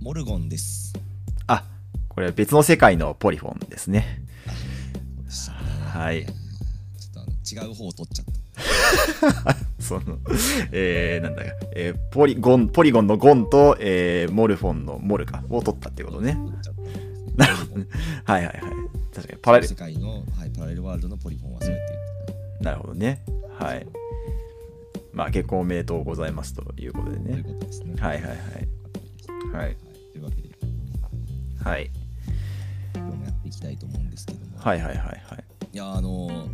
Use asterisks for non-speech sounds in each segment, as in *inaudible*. モルゴンです。あ、これは別の世界のポリフォンですね。そうですねはい。ちょっとあの違う方を取っちゃった。その、えー、なんだか、えーポリゴン、ポリゴンのゴンと、えーモルフォンのモルカを取ったってことね。取っちゃったんですねなるほどね。はいはいはい。確かに、パラレ世界の、はい、パラレルワールドのポリフォンはそうやって言ってなるほどね。はい。まあ、結婚おめでとうございますということでたというねこ。とですね。はいはいはい。はい。はいというわけで、はい。今日もやっていきたいと思うんですけども、はいはいはいはい。いや、あのー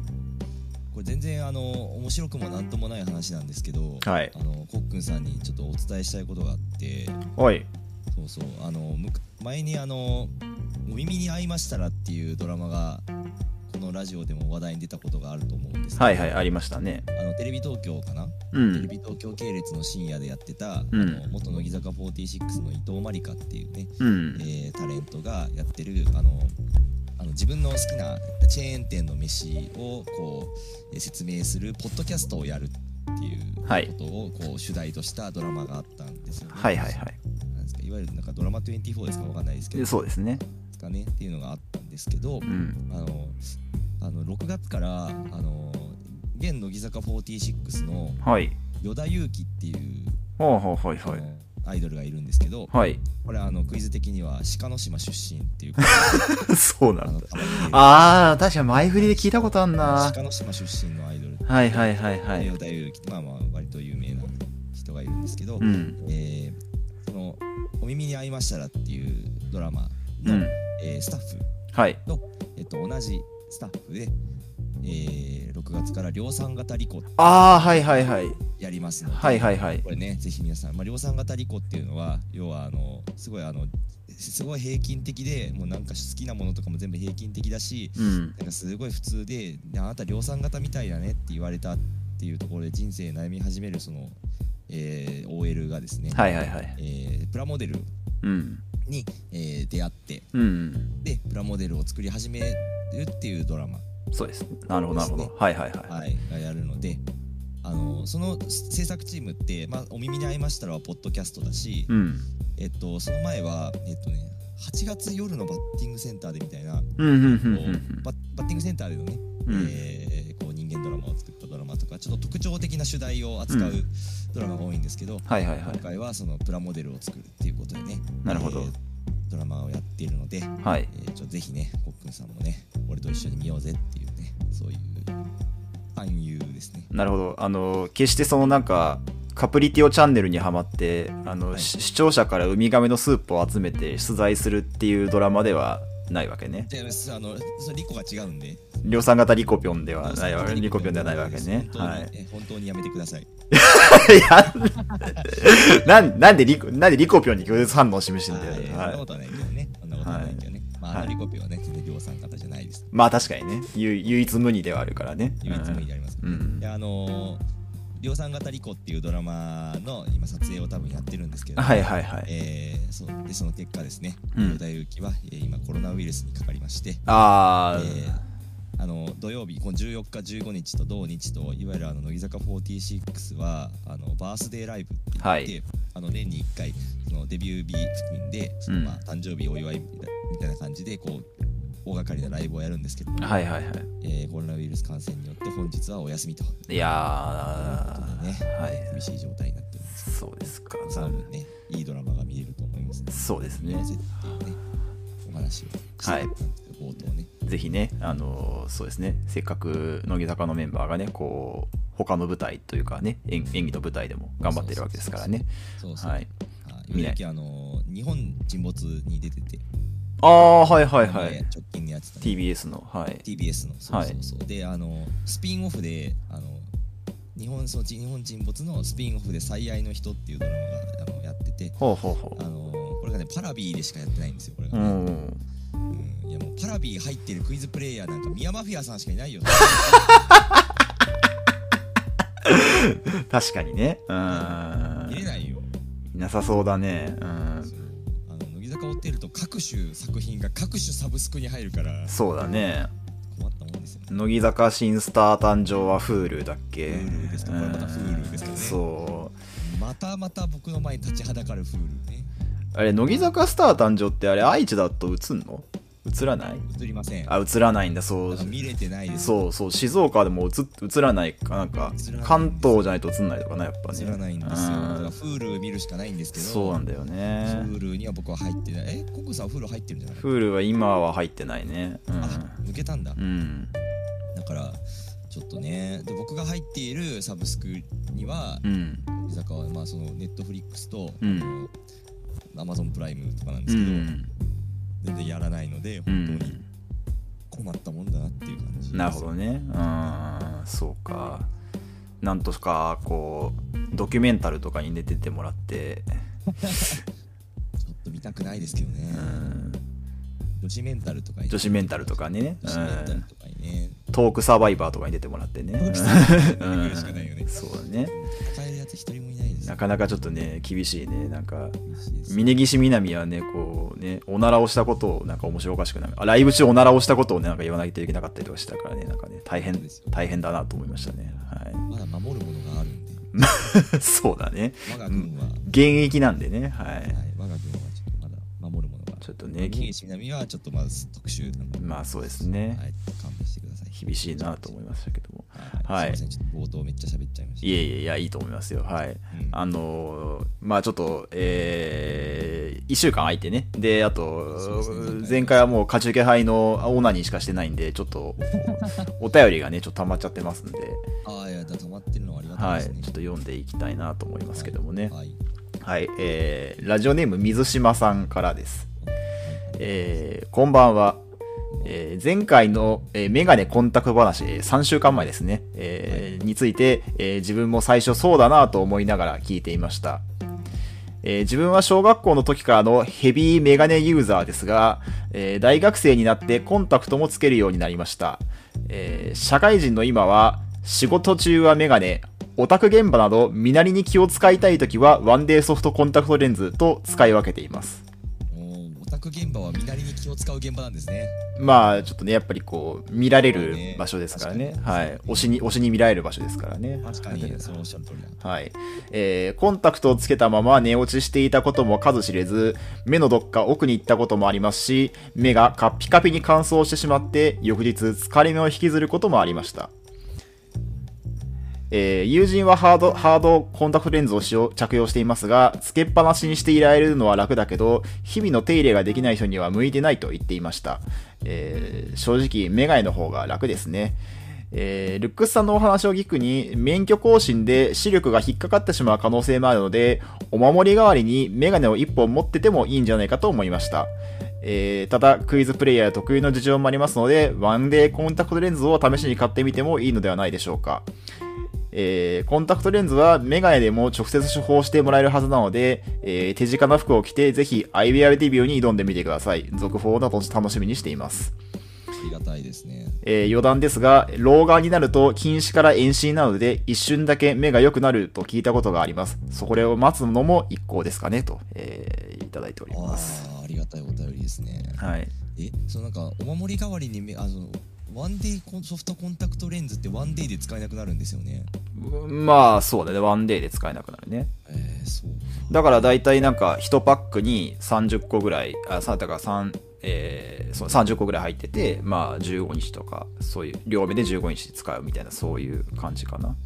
これ全然、あのー面白くもなんともない話なんですけど、はいあのコックンさんにちょっとお伝えしたいことがあって、おい。そうそう、あのむか前に、あのお耳に合いましたら」っていうドラマが、このラジオでも話題に出たことがあると思うんですけど、はいはい、ありましたね。あのテレビ東京かな、うテレん。ビ東京系列の深夜でやってた、うんあの元乃木坂46の伊藤まりかっていうね、うん。えータレントがやってるあのあの自分の好きなチェーン店の飯をこうえー説明するポッドキャストをやるっていうはいことをこう主題としたドラマがあったんですよね。はいはいはなんですかいわゆるなんかドラマ24ですかわかんないですけどい。そうですね。ですかねっていうのがあったんですけど、うん。あのあの6月からあの現乃木坂46のはい。依田祐希っていうほうほうほいほいあ。のアイドルがいるんですけど、はい。 *laughs* これあのクイズ的には鹿の島出身っていうことでそうなあんのだ。たまに出るあー、確か前振りで聞いたことあんな。鹿の島出身のアイドルはいはいはいはい。与田祐希まあまあ割と有名な人がいるんですけど、うん。えーその「お耳に合いましたら」っていうドラマうの、ん。えースタッフ、はい。えっと同じスタッフで、えー6月から量産型リコあー、はいはいはい。やりますので、はいはいはいこ。れねぜひ皆さん、まあ、量産型リコっていうのは要はあのすごいあのすごい平均的でもうなんか好きなものとかも全部平均的だし、うん。なんかすごい普通で「あなた量産型みたいだね」って言われたっていうところで人生悩み始めるその、えー OL がですね、はいはいはい。えープラモデルうん。に、えー出会ってうん。でプラモデルを作り始めるっていうドラマ、そうです。なるほどなるほですど。はいはいははい、がやるので。あのその制作チームって、まあ、お耳に合いましたらはポッドキャストだしい。、うん。えっと、その前は、えっとね、8月夜のバッティングセンターでみたいな、うんうんうこうんうんバッバッティングセンターでのね、うん。うん。えーこう人間ドラマを作ったドラマとかちょっと特徴的な主題を扱ううんドラマが多いんですけど、はいはいは今回はそのプラモデルを作るっていうことでねなるほどえードラマをやっているので、い。はい。えーちょっとぜひねコックンさんもね俺と一緒に見ようぜっていうねそういう勧誘ですねなるほど。あの、決してそのなんか、カプリティオチャンネルにはまって、あの、はいし視聴者からウミガメのスープを集めて取材するっていうドラマではないわけね。ですあのそれリコが違うんで量産型リコピョンではないわけ、リコピョンではないわけね本。当に,、はい。えー本当にやめてくださいいや、なん *laughs* なんでリコ、なんでリコピョンに拒絶反応を示してんだよはいね。そんなはこい。とはないけどねそんなことはないけどね、まああはのいリコピはね全然量産型じゃないですまあ確かにね、唯唯一無二ではあるからね。唯一無二でありますうんうんであのー「量産型リコ」っていうドラマの今撮影を多分やってるんですけれども、はいはいはい。えーそうでその結果ですねうん与田祐希は、えー今コロナウイルスにかかりまして、あえーあの土曜日この14日15日と同日といわゆるあの乃木坂46はあのバースデーライブって言って、はいあの年に1回そのデビュー日付近でその、うんまあ、誕生日お祝いみたいなみたいな感じでこう大掛かりなライブをやるんですけども、ー、はいはいはえーコロナウイルス感染によって本日はお休みとい。いやー、ということでねはい厳。しい状態になってます。そうですか。多分ね、いいドラマが見れると思います。そうですね見。せっていうね、お話をしてはいたんですけど冒頭ね。ぜひね、あのそうですね、せっかく乃木坂のメンバーがね、こう、他の舞台というかね、演演技と舞台でも頑張ってるわけですからね。そうそう。はい。はい。見ないよきあのー日本沈没に出てて、ああ、はいはいは前い。直近にやってたね TBS の、はい。 TBS の、そうはいそうそう。で、あのースピンオフで、あのー日本そう日本沈没のスピンオフで最愛の人っていうドラマがあのやってて、ほうほうほあのーこれがねパラビーでしかやってないんですよ。これう。がうね、ん。うんいやもうパラビー入ってるクイズプレイヤーなんかミヤマフィアさんしかいないよ。確かにね。う見れん。ないよ。いなさそうだね。うん。あの乃木坂追ってると各種作品が各種サブスクに入るからそうだね。困ったもんですよね。乃木坂新スター誕生は Hulu だっけ Hulu ですかこれまた Hulu ですかねうんそう。またまた僕の前に立ちはだかるフールね。あれ、乃木坂スター誕生ってあれ、愛知だと映んの映らない映りません。あ、映らないんだ、そなうんか。見れてないです。そうそう、静岡でも映映らないか、なんか映らない、関東じゃないと映んないとかな、やっぱ映ね。らないんですよ。だうんからフール見るしかないんですけど。そうなんだよね。フールには僕は入ってない。え、ココさんフール入ってるんじゃない？フールは今は入ってないね。あ、抜けたんだうん。う。ん。だからちょっとね。で僕が入っているサブスクにはうん。乃木坂はまあそのネットフリックスとうん。アマゾンプライムとかなんでうすけど、ん。全然やらないのでう本当にん。困ったもんだなっていう感じ。なる *laughs* ほどね。うん。そうか。なんとか、こう、ドキュメンタルとかに出ててもらって、ちょっと見たくないですけどねう。ん。女子メンタルとかに。女子メンタルとかね、う女子メンタルん、とかにね。トークサバイバーとかに出てもらってね。トークサバイバーに出てくるしかないよねうんそうだね。抱えるやつ一人もいないです。なかなかちょっとね、厳しいね。なんか、嬉しいです峯岸みなみはね、こうね、おならをしたことをなんか面白おかしくない。あライブ中おならをしたことをね、なんか言わないといけなかったりとかしたからね、なんかね、大そう変ですよ、大変だなと思いましたね。はまだ守るものがあるんで、 *laughs* い。そうだね。我が軍は、は現役なんでね、はいい、。我が軍はちょっとまだ守るものがある。ちょっとね、峯き岸みなみはちょっとまず特集なので、まあそうですねは、い、勘弁してください。厳しいなと思いましたけども。は。はいいすいません、ちょっと冒頭めっちゃ喋っちゃいました。いえいえいや、いいと思いますよ。はい。うんあのーまあちょっと、え1週間空いてね。で、あそうでとすね、前回はもう、勝ち受け杯のオナニーしかしてないんで、ちょっと、おお便りがね、ちょっと溜まっちゃってま *laughs* すんで、ああ、いや、だ溜まってるのはありがたはいい。ですちょっね。と読んでいきたいなと思いますけどもね。はい。はい。えーラジオネーム、水島さんからです。はいえーこんばんは。えー前回の、えーメガネコンタクト話、えー3週間前ですね、えーについて、えー自分も最初そうだなと思いながら聞いていました。えー自分は小学校の時からのヘビーメガネユーザーですが、えー大学生になってコンタクトもつけるようになりました。えー社会人の今は、仕事中はメガネ、オタク現場など、身なりに気を使いたい時は、ワンデーソフトコンタクトレンズと使い分けています。おーオタク現場は身なりに気を使う現場なんですね。まあちょっとねやっぱりこう見られる場所ですからねそうねはい推しに推しに見られる場所ですからね確かに、そのおっしゃる通りだ。はいえーコンタクトをつけたまま寝落ちしていたことも数知れず目のどっか奥に行ったこともありますし目がカッピカピに乾燥してしまって翌日疲れ目を引きずることもありましたえー友人はハード、ハードコンタクトレンズを使用着用していますが、つけっぱなしにしていられるのは楽だけど、日々の手入れができない人には向いてないと言っていました。えー正直、メガネの方が楽ですね。えールックスさんのお話を聞くに、免許更新で視力が引っかかってしまう可能性もあるので、お守り代わりにメガネを1本持っててもいいんじゃないかと思いました。えーただ、クイズプレイヤーや得意の事情もありますので、ワンデーコンタクトレンズを試しに買ってみてもいいのではないでしょうか。えーコンタクトレンズはメガネでも直接処方してもらえるはずなので、えー手近な服を着てぜひアイウェアデビューに挑んでみてください続報など楽しみにしています、ありがたいですね。えー余談ですが老眼になると近視から遠視になるので一瞬だけ目が良くなると聞いたことがありますそこを待つのも一行ですかねと、えーいただいておりあますあ、ありがたいお便りですね。はいえそのなんかお守り代わりにめあのワンデイコンソフトコンタクトレンズってワンデイで使えなくなるんですよねまあそうだねワンデーで使えなくなるねえー、そうだから大体なんか1パックに30個ぐらい、あ、さだから三えーそう30個ぐらい入ってて、まあ15日とか、そういう、両目で15日使うみたいな、そういう感じかな。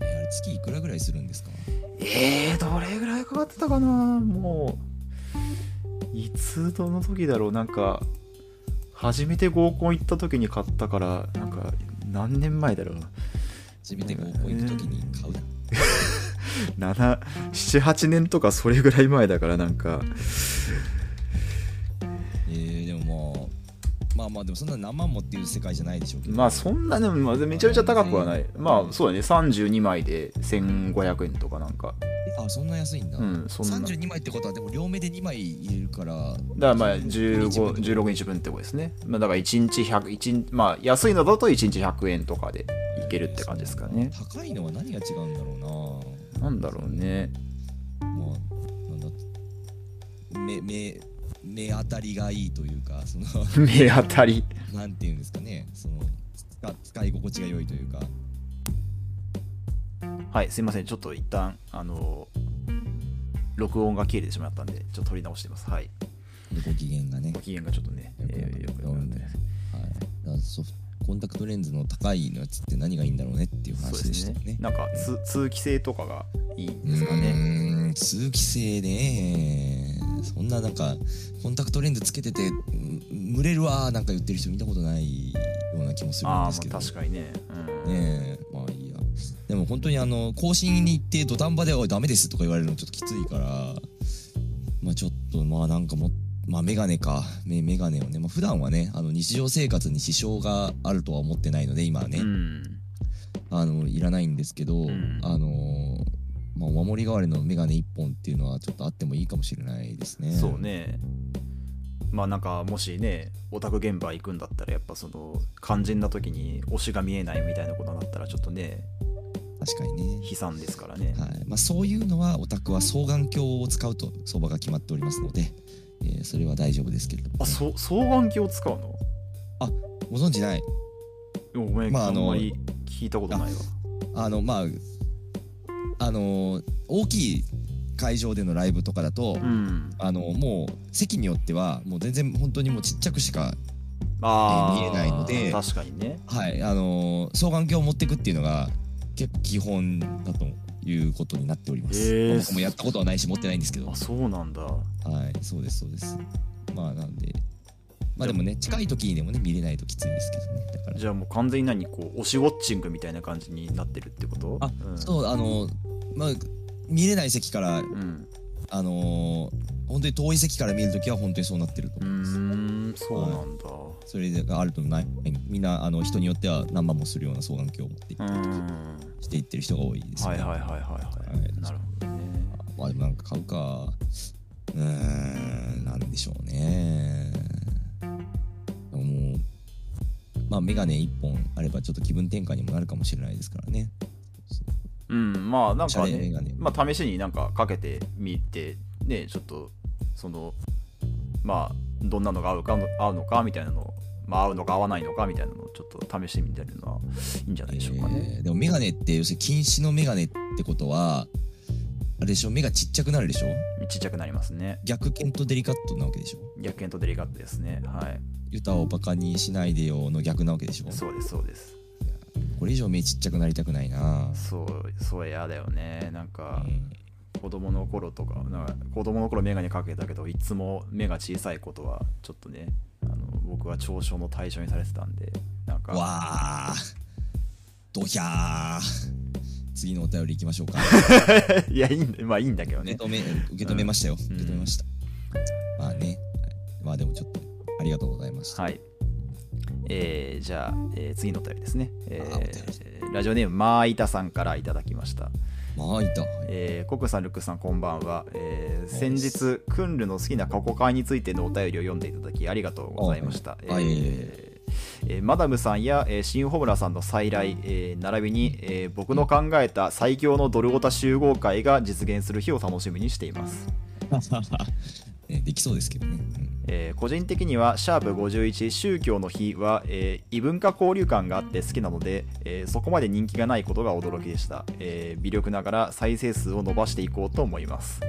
えーあれ月いくらぐらいするんですかえー、どれぐらいかかってたかなもう、いつどの時だろう、なんか、初めて合コン行った時に買ったから、なんか、何年前だろう。初めて合コン行く時に買うな、 78年とかそれぐらい前だからなんかえー、でもまあまあまあでもそんな何万もっていう世界じゃないでしょうけどまあそんなね、まあ、めちゃめちゃ高くはない。まあそうだね、32枚で1500円とかなんか。あそんな安いんだ、うん、そんな。だか32枚ってことはでも両目で2枚入れるかららまあ15 16日分ってことですね。まあだから1日100、一日まあ安いのだと1日100円とかでいけるって感じですかね。高いのは何が違うんだろなんだろうね。 *laughs* うなまあなんだ目目目当たりがいいというかその *laughs* 目当たり。なんていうんですかね、その使使い心地が良いというか、はい、すいません。ちょっと一旦、あの、録音が切れてしまったんで、ちょっと撮り直してます。はい。でご機嫌がねご機嫌がちょっとね、よくなえかーっよたくなかったです。はい、だからソフトコンタクトレンズの高いのやつって何がいいんだろうねっていうそう話ででしすたねね。なんかつ通気性とかがいいんですかね。うーん通気性ねそんななんかコンタクトレンズつけててうん蒸れるわーなんか言ってる人見たことないような気もするんああですー、けまどあ確かにね。うんねえまあいいやでも本当にあの更新に行って土壇場で「おいダメです」とか言われるのちょっときついからまあちょっとまあなんかもまあメガネかメメガネをねまあ普段はねあの日常生活に支障があるとは思ってないので今はね、うん。あのいらないんですけど、んあのーまあ、お守り代わりのメガネ1本っていうのはちょっとあってもいいかもしれないですね。そうね。まあなんかもしね、オタク現場行くんだったら、やっぱその肝心な時に推しが見えないみたいなことになったら、ちょっとね、確かにね。悲惨ですからね。はいまあ、そういうのはオタクは双眼鏡を使うと相場が決まっておりますので、えーそれは大丈夫ですけれども、あ、そ双眼鏡を使うのご存知ないでもお前、まああ、あのんまり聞いたことないわ。あのまああのー大きい会場でのライブとかだと、うん。あのもう席によってはもう全然本当にもうちっちゃくしかああ、見えないので確かにね。はい、あのー双眼鏡を持っていくっていうのが結構基本だということになっております。へまーあ僕もやったことはないし持ってないんですけど、あ、はそうなんだ。い、そうですそうです。まあなんで、まあでもね近い時にでもね見れないときついんですけどね。だから、じゃあもう完全に何こう推しウォッチングみたいな感じになってるってことあうん、そうあのーまあ見れない席からうんあのー本当に遠い席から見るときは本当にそうなってるとう思います。ーんそうなんだそれがあるとないみんなあの人によっては何万もするような双眼鏡を持ってうーんしていってる人が多いです、ね。はいはいはいはいはい、はいなるほどねまあでもなんか買うか。うーん、なんでしょうね。でももう、まあメガネ1本あればちょっと気分転換にもなるかもしれないですからね。うんまあなんかおしゃれメねガネまあ試しになんかかけてみてねちょっとそのまあどんなのが合うかの合うのかみたいなのをまあ合うのか合わないのかみたいなのをちょっと試してみたりのはいいんじゃないでしょうかね、えーでもメガネって、要するに禁止のメガネってことは、あれでしょ、目がちっちゃくなるでしょちっちゃくなりますね逆剣とデリカットなわけでしょ逆剣とデリカットですねはい歌をバカにしないでよの逆なわけでしょそうですそうですこれ以上目ちっちゃくなりたくないなそうそうやだよねなんかうん子供の頃とかなんか子供の頃眼鏡かけたけどいつも目が小さいことはちょっとねあの僕は嘲笑の対象にされてたんでなんかわあドヒャー次のお便り行きまし *laughs* ょうか *laughs* いやいいんだまあいいんだけど受ねけ止め受け止めましたよ、うん受け止めました、まあねはいまあでもちょっとありがとうございました、はいえーじゃあ、えー次のお便りですね、えーあお便りえーラジオネームまーいたさんからいただきましたまあい *laughs* た、えーコックさん、ルックさん、こんばんは。えー先日、クンルの好きな過去会についてのお便りを読んでいただき、ありがとうございました。あはいえーはいえーマダムさんや、えー、新ホムラさんの再来、えー並びに、えー僕の考えた最強のドルゴタ集合会が実現する日を楽しみにしています。ね、できそうですけどね、うんえー個人的にはシャープ51宗教の日は、えー異文化交流感があって好きなので、えーそこまで人気がないことが驚きでした、えー微力ながら再生数を伸ばしていこうと思います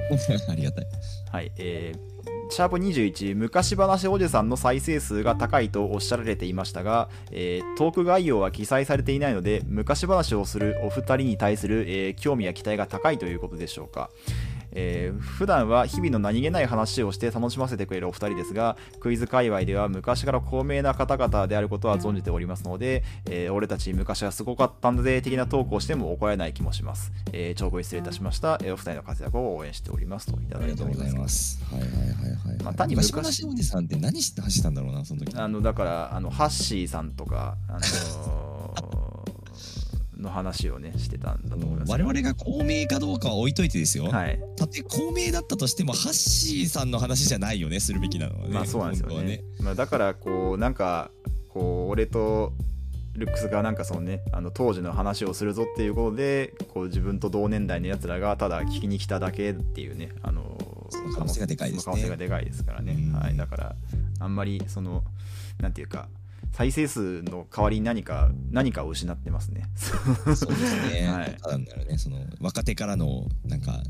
ありがた *laughs* いはい、えーシャープ21昔話おじさんの再生数が高いとおっしゃられていましたが、えートーク概要は記載されていないので昔話をするお二人に対する、えー興味や期待が高いということでしょうか、えー普段は日々の何気ない話をして楽しませてくれるお二人ですがクイズ界隈では昔から高名な方々であることは存じておりますので、えー俺たち昔はすごかったんだぜ的な投稿しても怒られない気もします、えー長文失礼いたしました、えーお二人の活躍を応援しておりますといたあだりいがとておうりござますいますはいはいはいはい、まあ単に昔昔話おじさんって何して走ったんだろうなその時あのだからあのハッシーさんとか、あのーの話をねしてたんあだと思いのます我々が公明かどうかは置いといてですよ、はいたとえ公明だったとしてもハッシーさんの話じゃないよねするべきなのはねまあそうなんですよ本当はねまあ、だからこうなんかこう俺とルックスがなんかそのねあの当時の話をするぞっていうことでこう自分と同年代のやつらがただ聞きに来ただけっていうねあのその可能性がでかいですねその可能性がでかいですからねうん、はい、だからあんまりそのなんていうか再生数の代わりに何か何かを失ってますね。そうですね。 *laughs* はいただなんだろうね、その若手からのなんか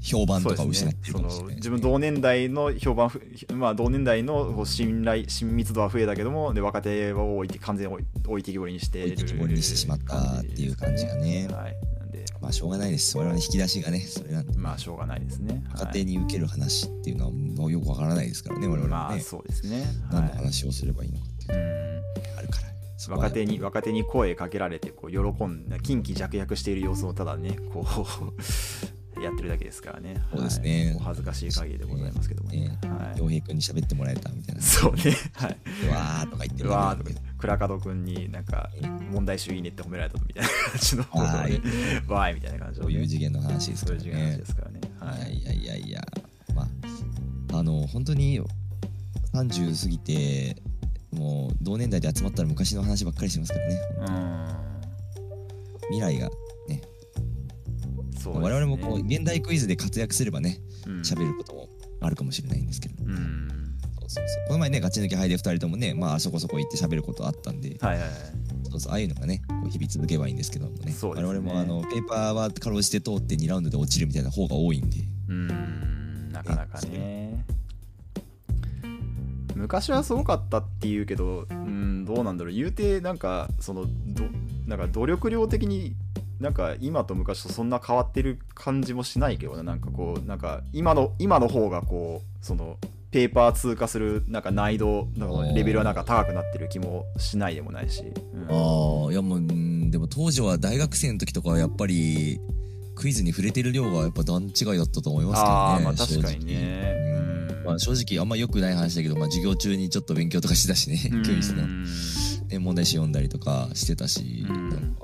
評判そとうでかをす失っねて。るそかのもしれないで自すね、分同年代の評判ふ、まあ同年代のこう信頼親密度は増えたけども、で若手を置いて完全に置い置いてきぼりにして置いてきぼりにしてしまったっていう感じがねはい。なんで、まあしょうがないです我々の引き出しがねそれなんでまあしょうがないですね。はい若手に受ける話っていうのはもうよくわからないですからね我々まはあね、そうですね。何のはい話をすればいいのかっていうのうんがあるから、そこは若手に若手に声かけられてこう喜んだ近畿弱弱している様子をただねこう *laughs* やってるだけですからねそうですねはいお恥ずかしい限りでございますけどもねねはい洋平君に喋ってもらえたみ *laughs* たいなそうねは「いわー」とか言ってうるわーだとけでか言って倉門君になんか問題集いいねって褒められたみたいな感じのことをはねいわーいみたいな感じのそねういう次元の話ですそかういらう次元の話ねですからねはいやいやいやいやまああの本当に30過ぎてもう同年代で集まったら昔の話ばっかりしてますからねい未来が、うんそうですね我々もこう現代クイズで活躍すればねうん喋ることもあるかもしれないんですけど、うんそうそうそうこの前ねガチ抜きハイで2人ともねまあそこそこ行って喋ることあったんで、はいはいはいそうそうああいうのがねこう日々続けばいいんですけどもねそうです我ね々もあのペーパーはかろうじて通って2ラウンドで落ちるみたいな方が多いんでうんなかなかね昔はすごかったっていうけどうんどうなんだろう言うてなんかそのどなんか努力量的になんか今と昔とそんな変わってる感じもしないけどななんかこうなんか今の今の方がこうそのペーパー通過するなんか難易度のレベルはなんか高くなってる気もしないでもないし、うんああいやもううんでも当時は大学生の時とかはやっぱりクイズに触れてる量がやっぱ段違いだったと思いますけどねあーまあ確かに正ね直うんうんまあ、正直あんま良くない話だけど、まあ、授業中にちょっと勉強とかしてたしねうん教室の、ね、問題集読んだりとかしてたし、うんなんか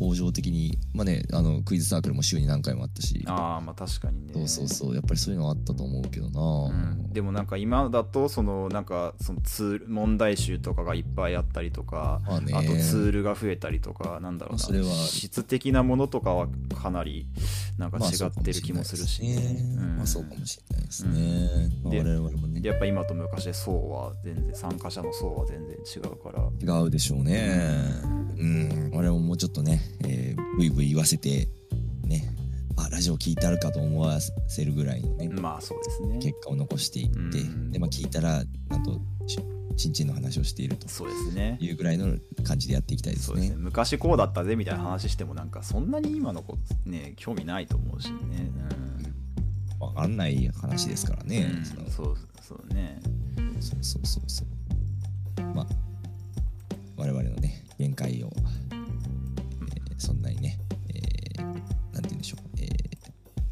向上的にまあねあのクイズサークルも週に何回もあったしああまあ確かにねそうそうそうやっぱりそういうのはあったと思うけどな、うんでもなんか今だとそのなんかそのツール問題集とかがいっぱいあったりとか、まあねあとツールが増えたりとかなんだろうまあなそれは質的なものとかはかなりなんかまあ違ってる気もするしねうんまあそうかもしれないですね。まあで我々もねでやっぱ今と昔で層は全然参加者の層は全然違うから違うでしょうね。うん、我々ももうちょっとね、えー、ブイブイ言わせて、ね、あ、ラジオ聞いてあるかと思わせるぐらいのね、まあそうですね結果を残していって、うんで、まあ聞いたら、なんと、ちちんちんの話をしているとそうですねいうぐらいの感じでやっていきたいですそうね。ですね昔こうだったぜみたいな話してもなんかそんなに今の子ね興味ないと思うしね、うんわかんない話ですからね。うんそのそうそうねそうそうそうそう。まあ、我々のね、限界を、えーそんなにね、えーなんて言うんでしょう、えー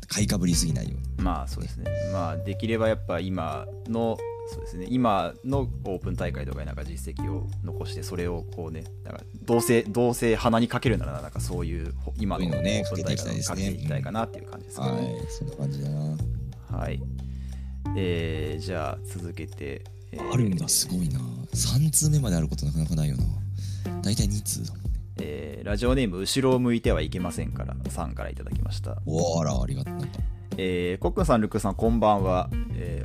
買いかぶりすぎないように。まあそうですね、まあ、できればやっぱ今のそうです、ね、今のオープン大会とかになんか実績を残して、それをこうね、だからどうせ、どうせ鼻にかけるなら、なんかそういうほ今のオそういうのねープン大会かをかけけてていいきたいですきたねいかなっていう感じですかね。はい、そんな感じだな。はいえーじゃあ続けて、えーあるんだ、すごいな。3通目まであることなかなかないよな。大体2通だもんね。えーラジオネーム、後ろを向いてはいけませんから、さんからいただきました。おーあら、ありがとう。なんか、えーコックンさん、ルックさん、こんばんは。あえ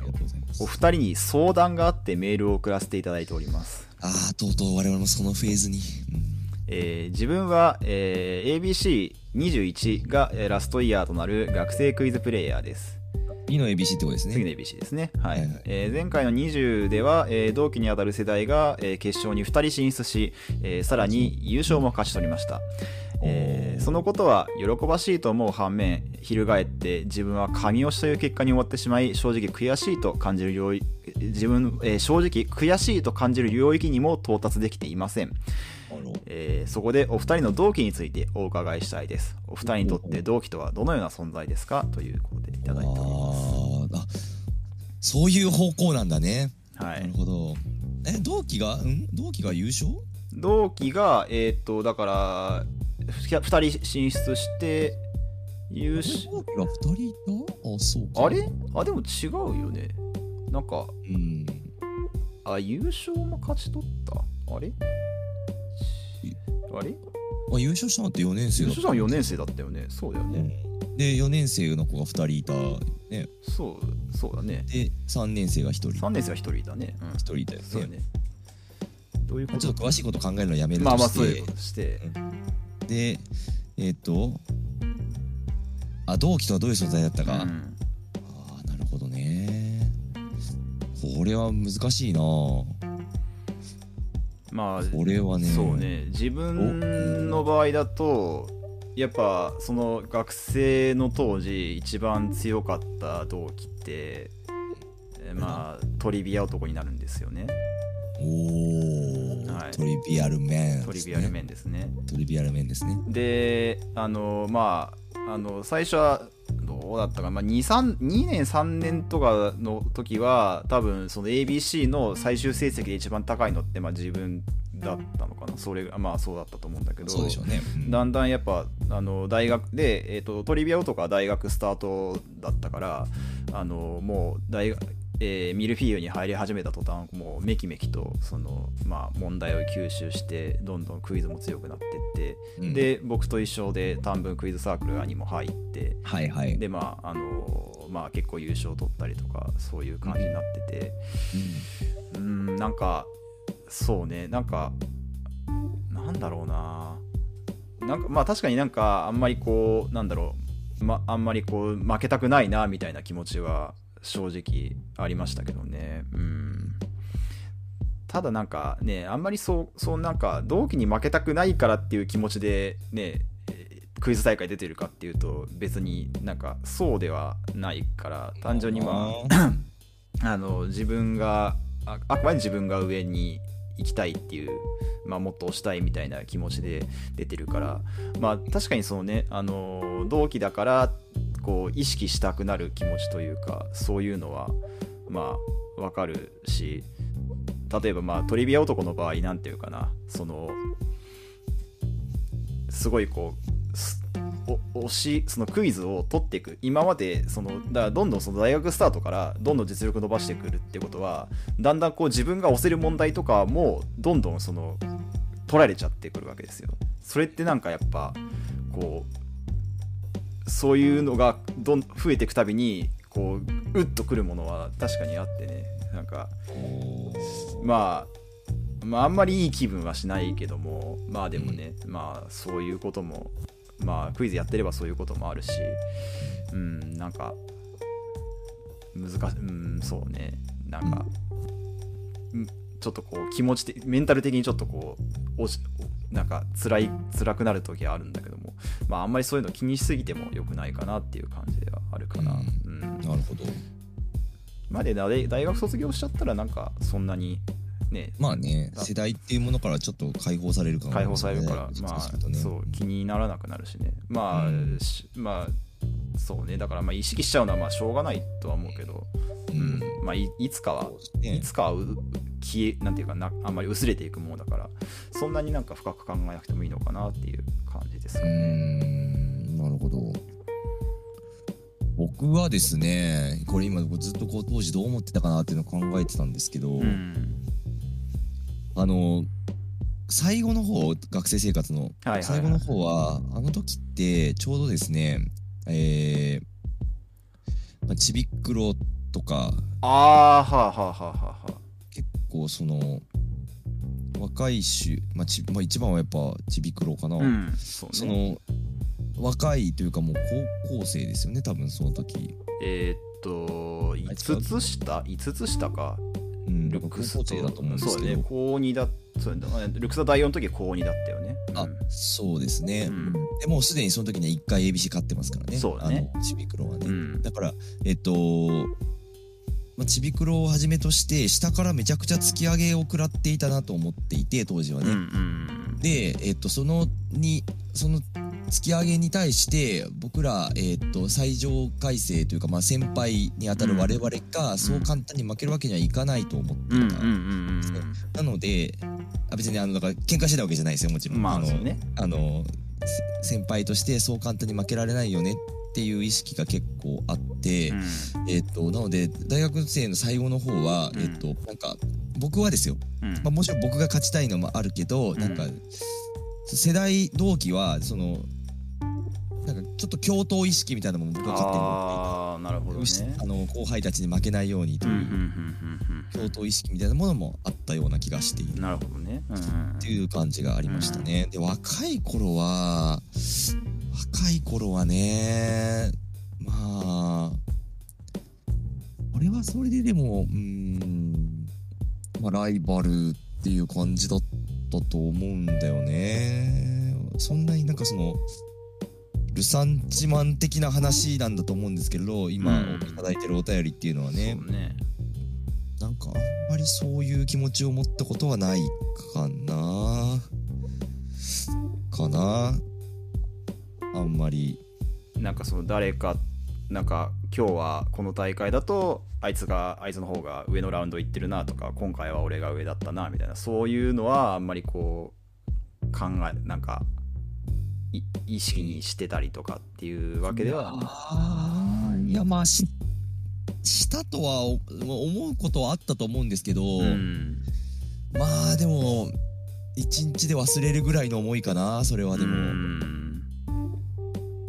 りーがとうございますお。二人に相談があってメールを送らせていただいております。ああ、とうとう我々もそのフェーズに。えー自分は、えー ABC21 がえーラストイヤーとなる学生クイズプレイヤーです。うん、B の ABC ってことです次ね。の ABC ですね。はいはいはいえー前回の20では、えー同期にあたる世代が、えー決勝に2人進出し、えーさらに優勝も勝ち取りました。えーそのことは喜ばしいと思う反面翻って自分は神押しという結果に終わってしまい正直悔しいと感じる領域自分、えー正直悔しいと感じる領域にも到達できていません。あらえーそこでお二人の同期についてお伺いしたいです。お二人にとって同期とはどのような存在ですかということでいただいております。あーあそういう方向なんだね。はないる、ほど。え、同期が、ん同期が優勝同期が、えーっと、だから、ふきゃ二人進出して、優同期勝、が2人いたあ、そうか。あれあ、でも違うよね。なんか、うん。あ、優勝も勝ち取ったあれあれあ、優勝したのって4年生優だ勝したの4年生だったよね。そうだよね。うんで、4年生の子が2人いた。ね。そう、そうだね。で、3年生が1人。1 3年生は1人だね。うん。人いたよそうね。だね。どういうこまあとちょっと詳しいこと考えるのやめるとして。まあまあそういうことして、で、えっ、と、あ同期とはどういう存在だったうか、んああなるほどねこれは難しいなこまあれはねそうね自分の場合だとやっぱその学生の当時一番強かった同期ってえまあトリビア男になるんですよねおお、はいトリビアルメン、トリビアル面ですねトリビアル面ですねであのまああの最初はどうだったか、まあ、2, 3 2年3年とかの時は多分その ABC の最終成績で一番高いのって、まあ、自分だったのかなそれがまあそうだったと思うんだけどそうでしょうね、うんだんだんやっぱあの大学で、えー、とトリビア男は大学スタートだったからあのもう大学、えーミルフィーユに入り始めた途端もうメキメキとその、まあ、問題を吸収してどんどんクイズも強くなってって、うんで僕と一緒で短文クイズサークルにも入ってはいはい、でまああのまあ結構優勝取ったりとかそういう感じになってて。うんなんかそうねなんかなんだろうななんかまあ確かになんかあんまりこうなんだろう、ま、あんまりこう負けたくないなみたいな気持ちは正直ありましたけどねうんただなんかねあんまりそうそうなんか同期に負けたくないからっていう気持ちでねえークイズ大会出てるかっていうと別になんかそうではないから単純にまあああの自分がああくまで自分が上に行きたいっていう、まあ、もっと推したいみたいな気持ちで出てるから、まあ、確かにそのねあの同期だからこう意識したくなる気持ちというかそういうのはまあわかるし例えばまあトリビア男の場合なんていうかなそのすごいこうすお推しそのクイズを取っていく今までそのだからどんどんその大学スタートからどんどん実力伸ばしてくるってことはだんだんこう自分が推せる問題とかもどんどんその取られちゃってくるわけですよそれってなんかやっぱこうそういうのがどん増えていくたびにこううっとくるものは確かにあってねなんかおーまあ、まああんまりいい気分はしないけどもまあでもね、まあそういうこともまあクイズやってればそういうこともあるしうんなんか難しうんそうねなんか、うんちょっとこう気持ち的メンタル的にちょっとこうおしなんか辛い辛くなる時はあるんだけどもまああんまりそういうの気にしすぎても良くないかなっていう感じではあるかな、ううん、なるほどまあでなで大学卒業しちゃったらなんかそんなにねまあねあ世代っていうものからちょっと解放されるかも解放されるから、まあそうするとねそう気にならなくなるしねまあ、うんしまあそうねだからまあ意識しちゃうのはまあしょうがないとは思うけど、うんまあいいつかはそうですねいつかはう消えなんていうかなあんまり薄れていくものだからそんなになんか深く考えなくてもいいのかなっていう感じですかうーね。んなるほど僕はですねこれ今ずっとこう当時どう思ってたかなっていうのを考えてたんですけど、うんあの最後の方学生生活の、はいはいはい最後の方はあの時ってちょうどですねえーまあ、ちびっくろとかあーはあはあはあはあは結構その若い種、まあちまあ、一番はやっぱちびくろかな、あうんそうねその若いというかもう高校生ですよね多分その時、えーっとあ違う5つ下5つ下かうん、ル高ッ校クスと生だと思うんですそうけだどね高2だそうだねルックスは第4の時は高2だったよねあうんそうですね、うんでもうすでにその時には1回 ABC 勝ってますからねそうだねあのちびくろはね、うんだからえっとまあちびくろをはじめとして下からめちゃくちゃ突き上げを食らっていたなと思っていて当時はうんね、うんで、えっと、そのにその突き上げに対して僕ら、えっと、最上階生というか、まあ、先輩にあたる我々が、そう簡単に負けるわけにはいかないと思ってういんうんた、うんなのであ別にあのだから喧嘩してたわけじゃないですよもちうろん、んまああのそうねあのせ先輩としてそう簡単に負けられないよねっていう意識が結構あって、うんえっとなので大学生の最後の方は、うんえっとなんか僕はですようんまあ、もちろん僕が勝ちたいのもあるけど、んなんか世代同期はそのなんかちょっと共闘意識みたいなのも僕は勝手に持ああなるほどっていて、ねあの後輩たちに負けないようにとうんいうんう、うんうん共闘意識みたいなものもあったような気がしているうんなるほどねうんっていう感じがありましたね。で若い頃は若い頃はねまあ俺はそれででもうーんまあライバルっていう感じだったと思うんだよねそんなになんかそのルサンチマン的な話なんだと思うんですけど今うんいただいてるお便りっていうのはね、そうねなんかあんまりそういう気持ちを持ったことはないかなかなあんまりなんかその誰かなんか今日はこの大会だとあいつがあいつの方が上のラウンド行ってるなとか今回は俺が上だったなみたいなそういうのはあんまりこう考えなんかい意識にしてたりとかっていうわけではあーいやまあししたとはお思うことはあったと思うんですけど、うんまあでも一日で忘れるぐらいの思いかなそれはでも、うん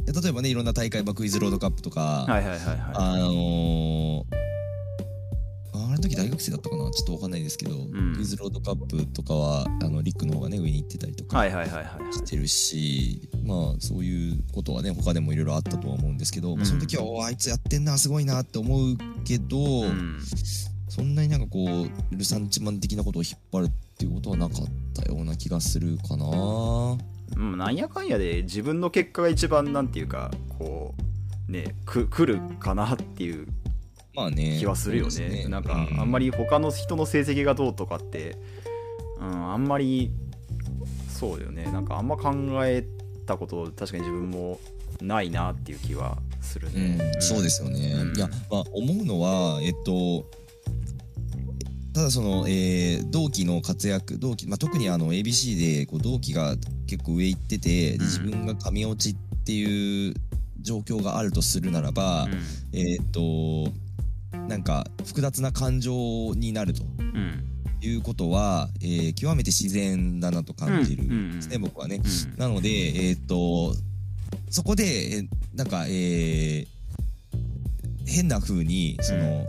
例えばねいろんな大会、まあクイズロードカップとか、はいはいはいはあのー、あれの時大学生だったかなちょっとわかんないですけど、んクイズロードカップとかはあのリックの方がね上に行ってたりといかはいはいはいはいはいしてるし、まあそういうことはね他でもいろいろあったとは思うんですけど、まあ、その時はうんおーあいつやってんなすごいなって思うけど、うんそんなになんかこうルサンチマン的なことを引っ張るっていうことはなかったような気がするかな。うんなんやかんやで自分の結果が一番なんていうかこうねく来るかなっていうまあね気はするよそうね。ですなんか、あんまり他の人の成績がどうとかって、うん、あんまり、そうだよね。なんか、あんま考えたこと、確かに自分もないなっていう気はするうねん。そうですよね。うんいや、まあ、思うのは、えっと、ただその、えー同期の活躍、同期、まあ、特にあの ABC でこう同期が結構上行ってて、でうん自分が神落ちっていう状況があるとするならば、えーっと、なんか複雑な感情になるとうん。うん。いうことは、えー極めて自然だなと感じるんですね、僕はね。うんなので、えーっと、そこで、えーなんか、えー変な風に、その、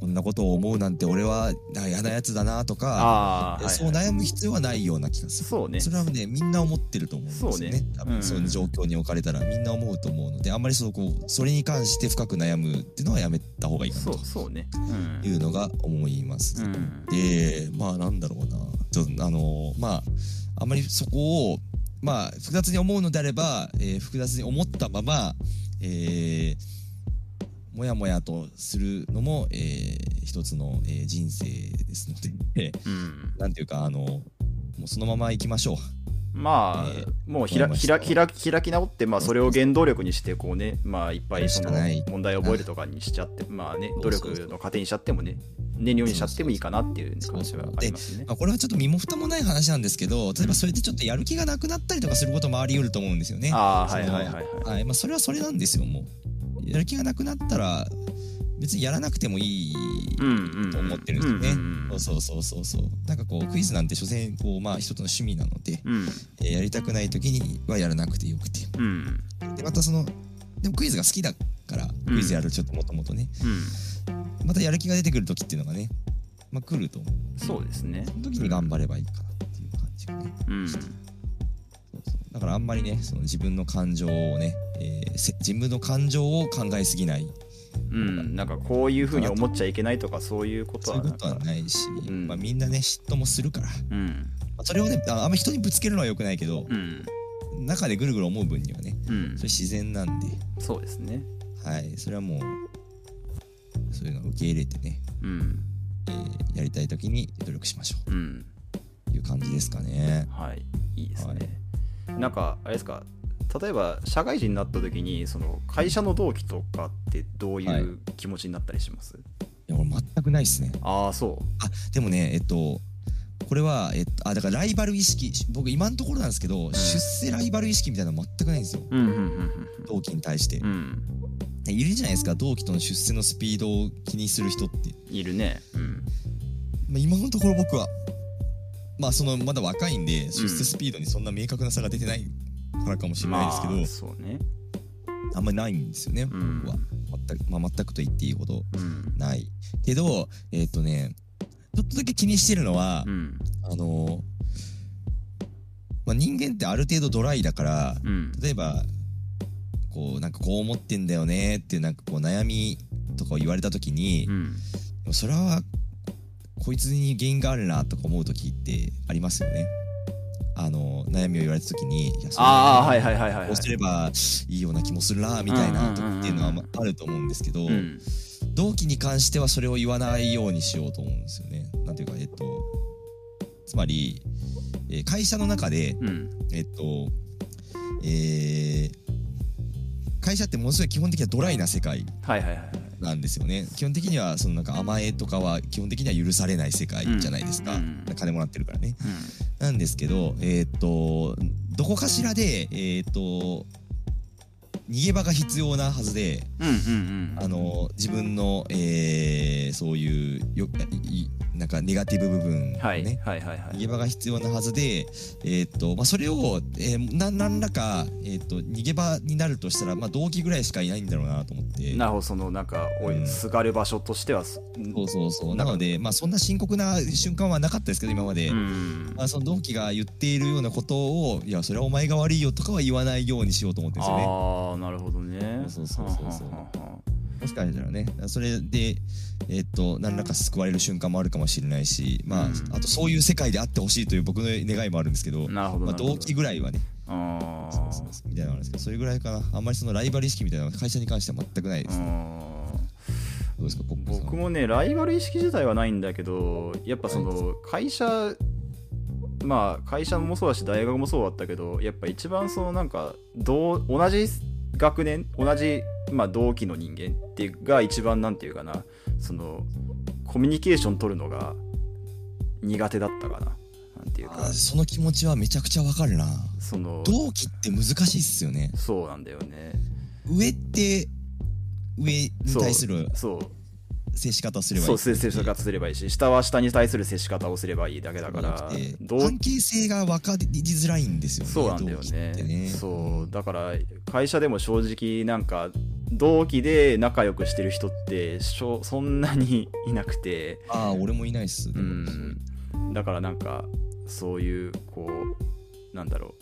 こんなことを思うなんて俺はな嫌なやつだなとか、ああ、はいはいそう悩む必要はないような気がする。そうね。それはね、みんな思ってると思うんですよね。そうね多分、うんそういう状況に置かれたらみんな思うと思うので、あんまりそう、こう、それに関して深く悩むっていうのはやめた方がいいかそなう、そうね。というのが思います。うん。うん。でまあなんだろうなちょっとあのまああまりそこをまあ複雑に思うのであれば、えー複雑に思ったままえーもやもやとするのも、えー一つの、えー人生ですので *laughs* うんなんていうかあのもうそのまま行きましょうまあ、えもうひら思いましひたらひら開き直って、まあ、それを原動力にしてこう、ねまあ、いっぱいそのしかない問題を覚えるとかにしちゃって、まあねそう、努そう力の糧にしちゃってもね、燃料にしちゃってもいいかなっていうそう感じはありますね。まあ、これはちょっと身も蓋もない話なんですけど例えばそれでちょっとやる気がなくなったりとかすることもあり得ると思うんですよねああ、そはのいはいはいはい。はい、まあ、それはそれなんですよ、もう。やる気がなくなったら、別にやらなくてもいい。うんうんうんと思ってるんですよねうんうんそうそうそうそう。なんかこう、クイズなんて、所詮、こう、まあ、一つの趣味なので、うんえーやりたくない時にはやらなくてよくて。うんうんで、またその、でもクイズが好きだから、クイズやるちょっともともとね、またやる気が出てくる時っていうのがね、まあ、来ると思う。そうですね。その時に頑張ればいいかなっていう感じがね。うんそうそうだからあんまりね、その自分の感情をね、えーせ自分の感情を考えすぎない。うん、なんかこういうふうに思っちゃいけないとかそういうことそういうはなこんとはかないし、んまあ、みんなね嫉妬もするから、まうんあ、それをねああんま人にぶつけるのはよくないけど、うん中でぐるぐる思う分にはねうんそれ自然なんで、そうですね。はい、それはもうそういうのを受け入れてね、うんえーやりたい時に努力しましょううんという感じですかね。はい、いいですね。なんか、あれですか、例えば社会人になった時に、その会社の同期とかってどうはいいう気持ちになったりします、いや俺全くないっすね。ああ、そあでもねえっとこれは、えっと、あだからライバル意識僕今のところなんですけど、出世ライバル意識みたいなの全くないんですよう。うん、うん、うん、同期に対して、うん。うん、いるじゃないですか同期との出世のスピードを気にする人っているね。うん。まあ、今のところ僕はまあそのまだ若いんで出世スピードにそんな明確な差が出てないからかもしれないですけど、まああ、、そうね。んまりないんですよね、うん僕は全く,、まあ、全くと言っていいほどうん。ないけどえっ、とねちょっとだけ気にしてるのはう、ん。あのーまあ、人間ってある程度ドライだからうん。例えばこうなんかこう思ってんだよねっていうなんかこう悩みとかを言われた時に、うん。でもそれはこいつに原因があるなとか思う時ってありますよねあの悩みを言われた時にいやそれああ、はいはいはいはい、はい。こうすればいいような気もするなみたいなとうんうんうんかうんっていうのはまあると思うんですけど、うん。同期に関してはそれを言わないようにしようと思うんですよね。なんていうかえっとつまり、えー会社の中でうん。えっとえー会社ってものすごい基本的にはドライな世界はいはいはいはい。なんですよね基本的にはそのなんか甘えとかは基本的には許されない世界じゃないですか、うんうん金もらってるからねなんですけどえーっとどこかしらでえーっと逃げ場が必要なはずでうん。うんうんあの自分の、えーそういうよいいなんかネガティブ部分うね、ん。はい。はいはいは逃い。げ場が必要なはずで、えーっとまあ、それを、えー、な何らか、えーっと逃げ場になるとしたら、まあ、同期ぐらいしかいないんだろうなと思ってなるほど、そのなんか、おうい、んすがる場所としては、すそうそうそうななんかので、まあ、そんな深刻な瞬間はなかったですけど今まで、うん。まあ、その同期が言っているようなことをいやそれはお前が悪いよとかは言わないようにしようと思ってるんですよねああ、なるほどね。そうそうそうそうはんはんはんはんもしかしたらねそれでえっと何らか救われる瞬間もあるかもしれないしまあ、うんあとそういう世界であってほしいという僕の願いもあるんですけどなるほど。まあ、なるほど同期ぐらいはねあそうそうそうみたいなのあるんですけどそれぐらいかなあんまりそのライバル意識みたいなのは会社に関しては全くないであ。うす、どうん。ですかコックさん僕もねライバル意識自体はないんだけどやっぱその会社まあ会社もそうだし大学もそうだったけどやっぱ一番そのなんかどう同じ学年同じ、まあ、同期の人間っていうが一番なんていうかなそのコミュニケーション取るのが苦手だったかななんていうあかーその気持ちはめちゃくちゃわかるなその同期って難しいっすよねそうなんだよね上って上に対するそう接し方をすればいそいう接し方すればいいし下は下に対する接し方をすればいいだけだからそうじゃなくて同期関係性が分かりづらいんですよねそうなんだよ同期ってねねそうだから会社でも正直なんか同期で仲良くしてる人ってしょそんなにいなくてああ俺もいないっすうでもそういうんだからなんかそういうこうなんだろう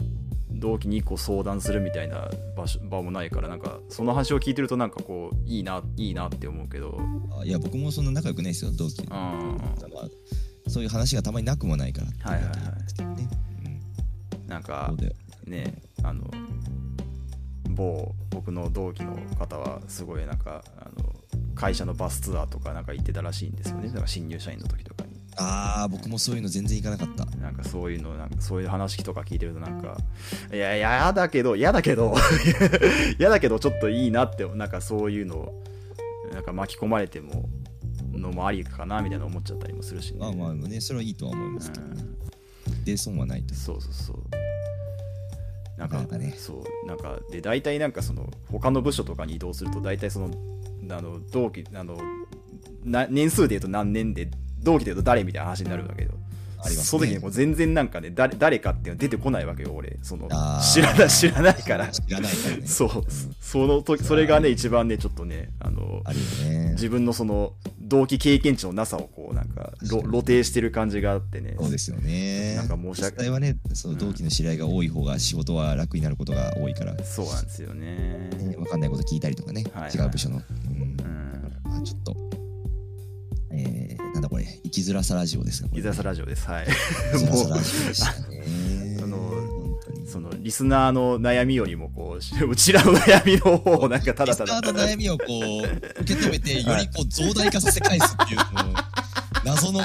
同期にこう相談するみたいな場所場もないからなんかその話を聞いてるとなんかこういいないいなって思うけどあいや僕もそんな仲良くないですよ同期うんはまあそういう話がたまになくもないからっていはいはうだけですけどねいなんうんかそうだよねあの某僕の同期の方はすごいなんかあの会社のバスツアーとかなんか行ってたらしいんですよねなんか新入社員の時とかにああ僕もそういうの全然いかなかったなんかそういうのなんかそういう話とか聞いてるとなんかいや嫌だけど嫌だけど *laughs* 嫌だけどちょっといいなってなんかそういうのなんか巻き込まれてものもありかなみたいな思っちゃったりもするしねまあまあねそれはいいとは思いますけどねうんで損はないとそうそうそうなんかなかなかねそうなんかで大体なんかその他の部署とかに移動すると大体そのあの同期あのな年数で言うと何年で同期で言うと誰みたいな話になるわけよありますねその時にもう全然なんかね誰誰かっていうの出てこないわけよ俺そのあー知らない知らない *laughs* から知らないからねそうその時それがね一番ねちょっとねあのあるよね自分のその同期経験値のなさをこうなんかろ露呈してる感じがあってねそうですよねなんか申し訳実際はねその同期の知り合いが多い方が仕事は楽になることが多いからそうなんですよねね、分かんないこと聞いたりとかね、はい違う部署の、うんうんまあ、ちょっと、えー、なんだこれ生きづらさラジオですかこ伊れ沢さラジオです。はい。生きづらさもラジオでしたね *laughs* あの本当う、にその、リスナーの悩みよりも、こうし、うちらの悩みの方を、なんか、ただたリスだナーの悩みをこう受け止めてよりこう増大化させ返すって *laughs* いうこう謎のこ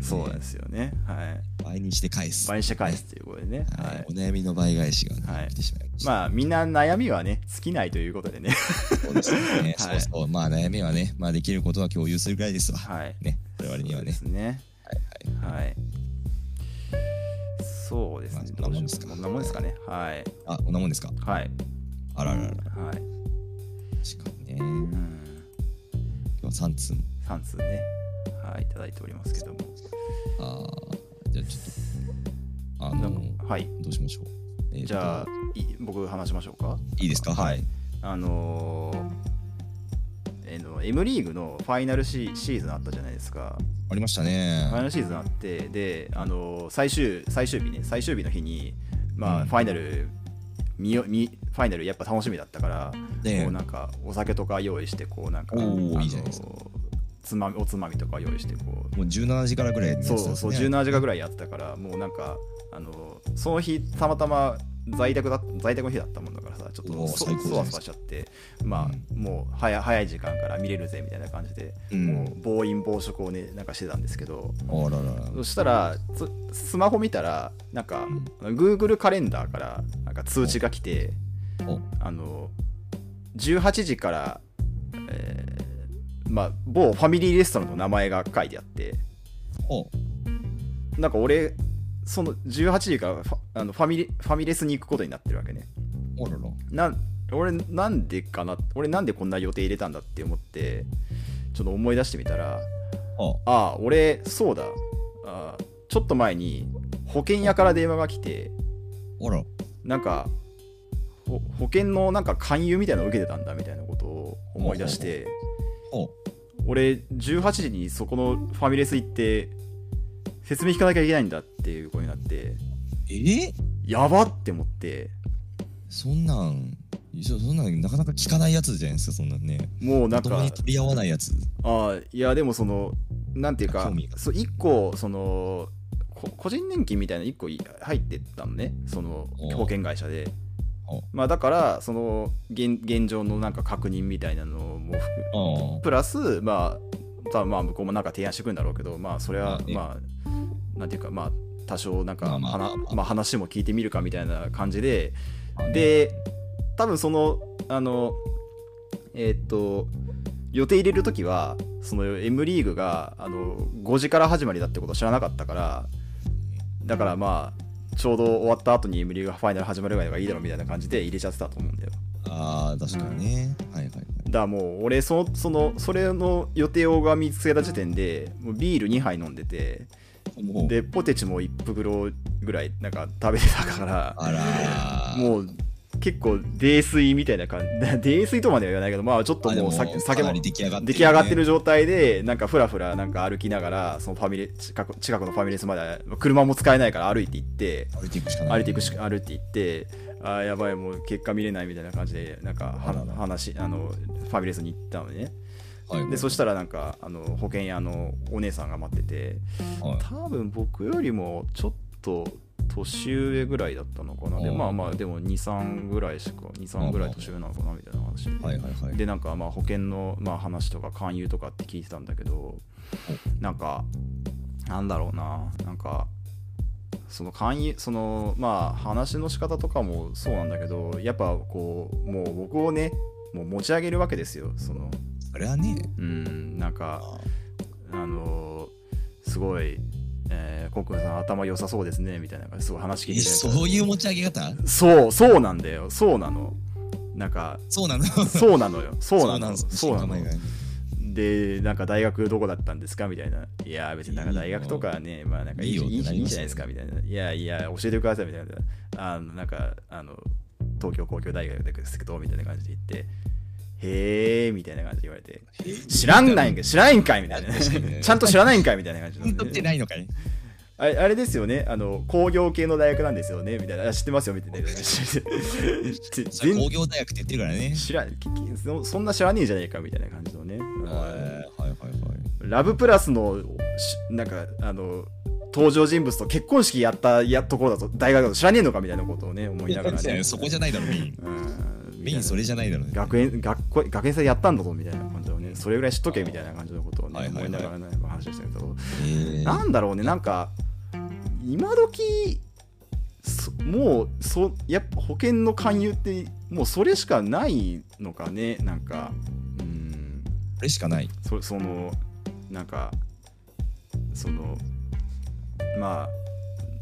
そうなんですよね。はい。とを倍にして返す、倍にして返すということでね。ははいいお。悩みの倍返しがね、はい来てしまいました、まあ、みんな悩みはね、尽きないということ *laughs* でね。そうですよね、はいそうそうまあ悩みはね、まあ、できることは共有するぐらいですわ、はい。ね我々にはねそうですね。はい。そうですね。まあそんなもんですかどうしようこんなもんですかね。はい。あこんなもんですかはい。あららららはい。確かにね今うん。日は3通も3通ね。はい。いただいておりますけども。あーじゃあちょっとあなのんかはい。どうしましょう、えーとじゃあ、い僕、話しましょうか。いいですかはいあのーえーの M リーグのファイナルシシーズンあったじゃないですか。ありましたファイナねルシーズンあって、で、あのー最終最終日ね、最終日の日に、まあ、うんファイナル見よ見ファイナルやっぱ楽しみだったから、ねえこうなんかお酒とか用意してこうなんかおーのいいじゃないですかつまみおつまみとか用意してこうもう17時からぐらいやってたそんうですねそう17時間ぐらいやってたからもうなんかあのその日たまたま在宅だ在宅の日だったもんだからさちょっおとーそ最高じゃそないわですかそわしちゃってまあ、もう早早い時間から見れるぜみたいな感じで、うんもう暴飲暴食をねなんかしてたんですけどあらららそしたらつスマホ見たらなんか、んあの Google カレンダーからなんか通知が来ておあの18時から、えーまあ、某ファミリーレストランの名前が書いてあっておなんか俺その18時からファあのファミリファミレスに行くことになってるわけねおららなん俺なんでかな俺なんでこんな予定入れたんだって思ってちょっと思い出してみたらあああ俺そうだあーちょっと前に保険屋から電話が来てあらなんかほ保険のなんか勧誘みたいなのを受けてたんだみたいなことを思い出してお俺18時にそこのファミレス行って説明聞かなきゃいけないんだっていうことになってえー、やばって思ってそんなんそそんなんなかなか聞かないやつじゃないですかそんなんねもうなまんとかもに取り合わないやつああいやでもそのなんていうか興味がそう一個そのこ個人年金みたいな一個い入ってったのねそのおう保険会社でおう。まあだからその現現状のなんか確認みたいなのも含ああプラスまあ多分まあ向こうもなんか提案してくるんだろうけどまあそれまはあねまあなんていうかまあ多少なんかまあまあはなまあまあまあ話も聞いてみるかみたいな感じでで多分そのあのえーっと予定入れる時はその M リーグがあの5時から始まりだってことを知らなかったからだからまあちょうど終わった後に M リーグファイナル始まるぐらいがいいだろうみたいな感じで入れちゃってたと思うんだよあー確かにね、はいはいはいだからもう俺そのそのそれの予定をが見つけた時点でもうビール2杯飲んでてもうでポテチも1袋ぐらいなんか食べてたからあらーもう結構泥酔みたいな感 *laughs* じ泥酔とまでは言わないけどまあちょっとあでもう酒酒かなもり出来上がってる、出来上がってる状態でなんかふらふらなんか歩きながらそのファミレ近く近くのファミレスまで車も使えないから歩いて行って歩いていくしかない歩いていくしか歩いていってあーやばいもう結果見れないみたいな感じでなんかはあらら話あのファミレスに行ったのねはいはいでそしたらなんかあの保険屋のお姉さんが待っててはい多分僕よりもちょっと年上ぐらいだったのかなでうんまあまあでも23ぐらいしか23ぐらい年上なのかなみたいな話ではいはいはいでなんかまあ保険のまあ話とか勧誘とかって聞いてたんだけどなんかなんだろうななんかその勧誘そのまあ話の仕方とかもそうなんだけどやっぱこうもう僕をねもう持ち上げるわけですよそのあれはねうんなんかああのすごい、えー、コックンさん頭良さそうですねみたいな感じすごい話聞えいてそういう持ち上げ方そうそうなんだよそうなのなんかそうなのそうなのよそ *laughs* うなのですそうなの新幹でなんか大学どこだったんですかみたいないや別になんか大学とかはねまあなんかいいいいよっていいなじりますよねいいじゃないですかみたいないやいや教えてくださいみたいなあのなんかあの東京工業大学ですけどみたいな感じで言ってへえみたいな感じで言われて線え知らんないんか知らないんかいみたいな確かにねちゃんと知らないんかいみたいな感じピンとってでないのかいあ *laughs* れあれですよねあの工業系の大学なんですよねみたいなあ *laughs* 知ってますよみたいなそれ全工業大学って言ってるからね知らききそそんな知らねえじゃねえかみたいな感じのねはいはいはいはいラブプラスのしなんかあの登場人物と結婚式やったやところだと大学だと知らねえのかみたいなことをね思いながらいねやそこじゃないだろメインうんメインそれじゃないだろね学園学校学園祭やったんだぞみたいな感じをねそれぐらい知っとけみたいな感じのことをねはいはいは思いいながらね話をしてるけどえーなんだろうねなんか今時そもうそやっぱ保険の勧誘ってもうそれしかないのかねなんかうんこれしかないそそのなんかそのまあ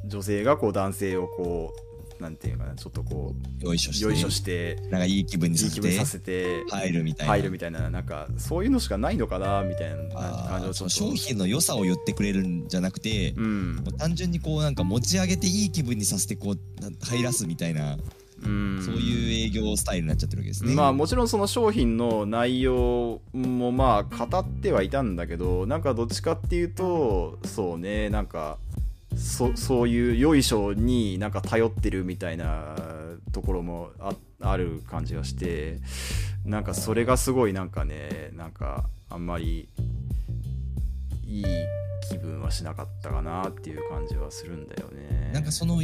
女性がこう男性をこうなんていうのかなちょっとこよいしょうしてよいしょしてなんかいい気分にいいさ気せ分にてさせて入るみたいな入るみたいななんかそういうのしかないのかなみたいなあ感じーをそちょのっと商品の良さを言ってくれるんじゃなくて、うんもう単純にこうなんか持ち上げていい気分にさせてこうな入らすみたいな、うんそういう営業スタイルになっちゃってるわけですね。まあもちろんその商品の内容もまあ語ってはいたんだけどなんかどっちかっていうとそうねなんかそそういうよいしょになんか頼ってるみたいなとところもあある感じがしてなんかそれがすごいなんかねなんかあんまりいい気分はしなかったかなっていう感じはするんだよね。なんかその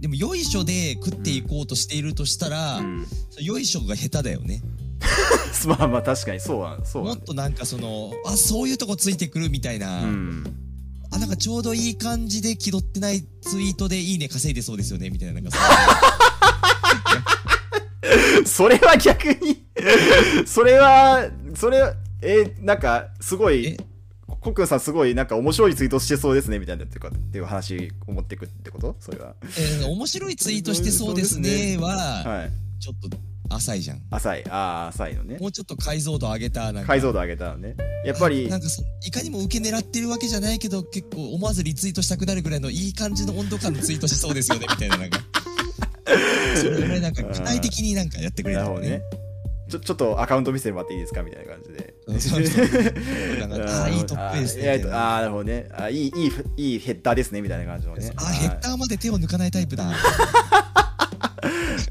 でもよいしょで食っていこうとしているとしたら、うん、 *laughs* そのよいしょが下手だよねまあまあ確かにそうはそうもなっんだよとなんかそのあそういうとこついてくるみたいな、うんあなんかちょうどいい感じで気取ってないツイートでいいね稼いでそうですよねみたいななんか *laughs* それは逆にそれはそれえなんかすごいえコックンさんすごいなんか面白いツイートしてそうですねみたいなっていうかっていう話を持ってくってことそれはえー面白いツイートしてそうですねは、はいちょっと浅いじゃん。浅いああ浅いのねもうちょっと解像度上げた、なんか。解像度上げたのねやっぱりなんかそいかにも受け狙ってるわけじゃないけど、結構思わずリツイートしたくなるぐらいのいい感じの温度感のツイートしそうですよね、みたいな、なん *laughs* か。それぐらいなんか具体的になんかやってくれなたるらほどねね。ちょちょっとアカウント見せてもらっていいですかみたいな感じでそうそうそう *laughs* なんかあーいいトップですねあーいやあーなるほどねあーいいいいふいいヘッダーですねみたいな感じのねあ、ヘッダーまで手を抜かないタイプだ。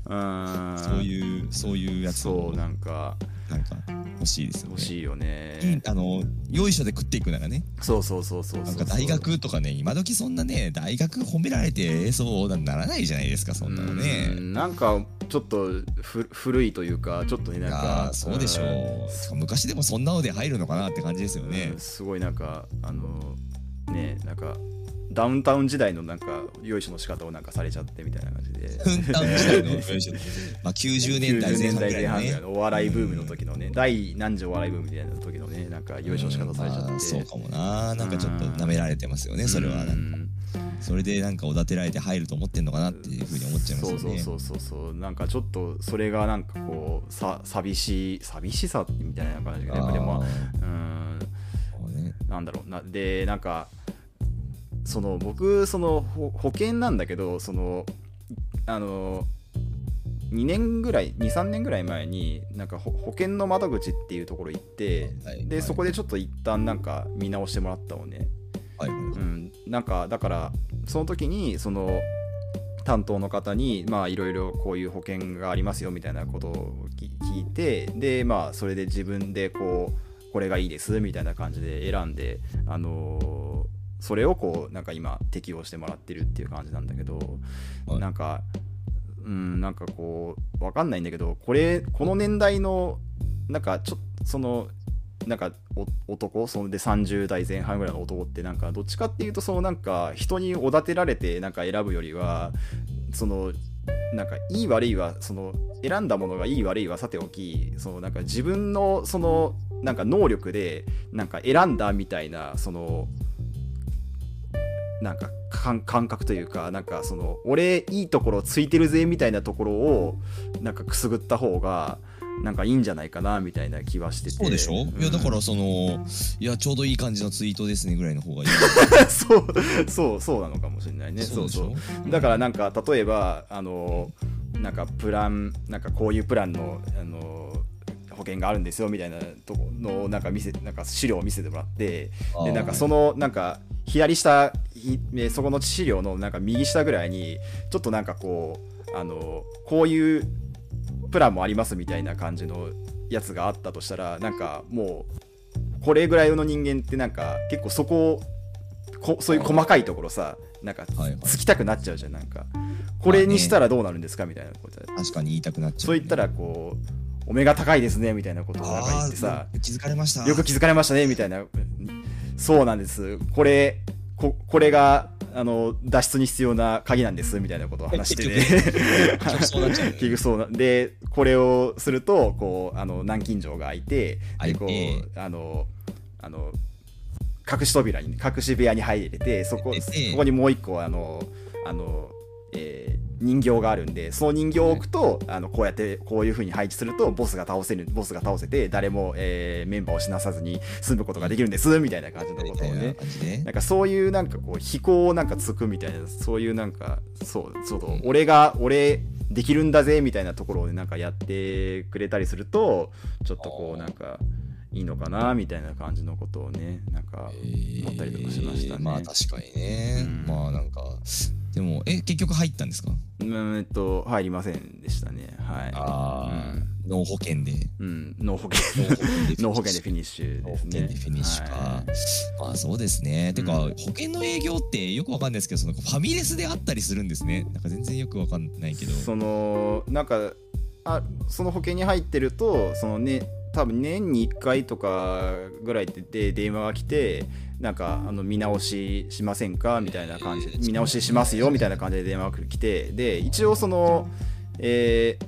ーそういう、そういうやつそをう、なんかなんか欲しいですよね。欲しいよねいいあの、よいしょで食っていくならね。そうそうそうそうなんか大学とかね、今時そんなね、大学褒められて、そうなんならないじゃないですか、そんなのうね。んなんかちょっとふ古いというかちょっとねいなんやかーそうでしょう。昔でもそんなので入るのかなって感じですようんねうん。すごいなんかあのねなんかダウンタウン時代のなんかよいしょの仕方をなんかされちゃってみたいな感じでふんたん時代の、まあ90年代前半ぐらいの90ね。のお笑いブームの時のね、第何次お笑いブームみたいな時のねなんかよいしょの仕方されちゃって、まあそうかもな。なんかちょっと舐められてますよね、それは。なんかうんそれでなんかおだてられて入ると思ってんのかなっていうふうに思っちゃいますよね。そうそうそうそうそうなんかちょっとそれがなんかこうさ寂しい寂しさみたいな感じがねやっぱでもあーうんそうねなんだろうなでなんかその僕そのほ保険なんだけどそのあの2年ぐらい23年ぐらい前になんかほ保険の窓口っていうところ行ってはいではいそこでちょっと一旦なんか見直してもらったのねはいはいうん、なんかだからその時にその担当の方にまあいろいろこういう保険がありますよみたいなことをき聞いてでまあそれで自分でこうこれがいいですみたいな感じで選んであのーそれをこうなんか今適用してもらってるっていう感じなんだけど、はいなんかうんなんかこうわかんないんだけどこれこの年代のなんかちょっとそのなんかお男そんで30代前半ぐらいの男ってなんかどっちかっていうとそのなんか人におだてられてなんか選ぶよりはそのなんかいい悪いはその選んだものがいい悪いはさておきそのなんか自分のそのなんか能力でなんか選んだみたいなそのなんか感感覚というかなんかその俺いいところついてるぜみたいなところをなんかくすぐった方がなんかいいんじゃないかなみたいな気はしててそうでしょ、いやだからそのいやちょうどいい感じのツイートですねぐらいの方がいい、 *laughs* そうそうそうなのかもしれないねそうでしそょうだからなんか例えばあのなんかプランなんかこういうプランのあの保険があるんですよみたいなとこのをなんか見せなんか資料を見せてもらってあでーなんかそのなんか左下ひねそこの資料のなんか右下ぐらいにちょっとなんかこうあのこういうプランもありますみたいな感じのやつがあったとしたらなんかもうこれぐらいの人間ってなんか結構そこをこそういう細かいところさなんかはいはいつきたくなっちゃうじゃんなんかこれにしたらどうなるんですかみたいなこと確かに言いたくなっちゃう、そう言ったらこうお目が高いですねみたいなことをなんか言あってさあ気づかれましたよく気づかれましたねみたいなそうなんですこれここれがあの脱出に必要な鍵なんですみたいなことを話して *laughs* ね結局そうなっち *laughs* ゃう結局そうなでこれをするとこうあの南京錠が開いて開でいこてうあのあの隠し扉に隠し部屋に入れてそこ入れてここにもう一個あのあの、えー人形があるんでその人形を置くと、あのこうやってこういう風に配置するとボスが倒せるボスが倒せて誰も、えーメンバーを死なさずに済むことができるんですみたいな感じのみことたをいなね感じでなんかそういうなんかこう飛行をなんかつくみたいなそういうなんかそうそうそう俺が俺できるんだぜみたいなところをねなんかやってくれたりするとちょっとこあうーなんかいいのかなみたいな感じのことをねなんか思ったりとかしましたえーね。まあ確かにね、うんまあなんかでもえ結局入ったんですかうんえっと入りませんでしたね。はい。ああ、脳保険でうん、脳保険脳保険で脳保険でフィニッシュ脳で保すね。険でフィニッシュか、はいまあそうですねてか、うん保険の営業ってよくわかんないですけどそのファミレスであったりするんですねなんか全然よくわかんないけどそのなんかあその保険に入ってるとそのね多分年に1回とかぐらいでで電話が来てなんかあの見直ししませんかみたいな感じで見直ししますよみたいな感じで電話が来てで一応その、えー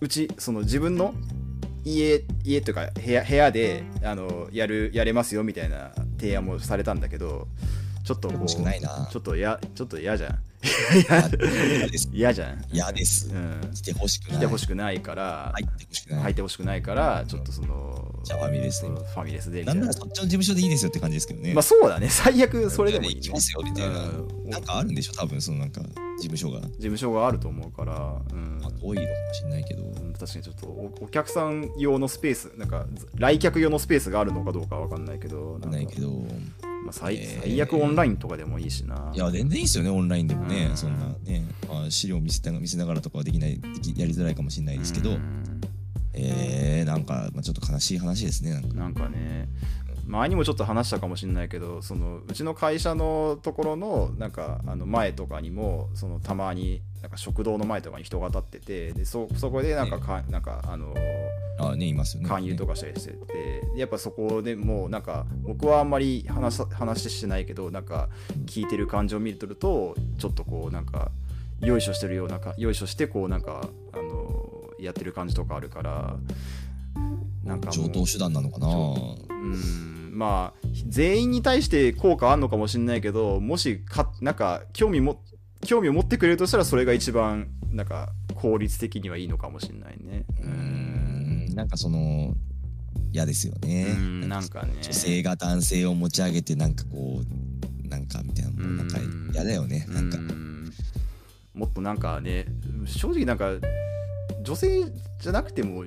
うちその自分の家家というか部屋部屋であのやるやれますよみたいな提案もされたんだけどちょっとこう欲しくないなちょっとやちょっと嫌じゃん嫌です嫌じゃん嫌です、うん来てほしくない来てほししくないから、入ってほしくない、入ってほしくないから、ちょっとその、じゃあファミレスそでのファミレスでみなたいんななら。そっちの事務所でいいですよって感じですけどね、まあそうだね、最悪それでもいい、ね。行きますよみたいなうんなんかあるんでしょ多分そのなんか事務所が、事務所があると思うから、うんまあ、多いのかもしれないけど、うん確かにちょっとおお客さん用のスペース、なんか来客用のスペースがあるのかどうかわかんないけど、んかないけどまあ最えー最悪オンラインとかでもいいしな。いや全然いいっすよねオンラインでもね、うんそんなね、まあ、資料見せた見せながらとかはできないできやりづらいかもしれないですけど、うんえー、なんか、まあ、ちょっと悲しい話ですねなんかなんかね前にもちょっと話したかもしれないけどそのうちの会社のところのなんかあの前とかにもそのたまになんか食堂の前とかに人が立っててでそそこでなんかか、なんかあのあねいますよね勧誘とかかしたりしててやっぱそこでもうなんか僕はあんまり話さ話してないけどなんか聞いてる感じを見るとるとちょっとこうなんかよいしょしてるようなかよいしょしてこうなんかあのやってる感じとかあるからなんかも上う等手段なのかなうんまあ全員に対して効果あんのかもしれないけどもしかなんか興味も興味を持ってくれるとしたらそれが一番なんか効率的にはいいのかもしれないね。うーんなんかその嫌ですよねうんなんかね。女性が男性を持ち上げてなんかこうなんかみたいなもうなんかうん嫌だよねなんかうんもっとなんかね正直なんか女性じゃなくても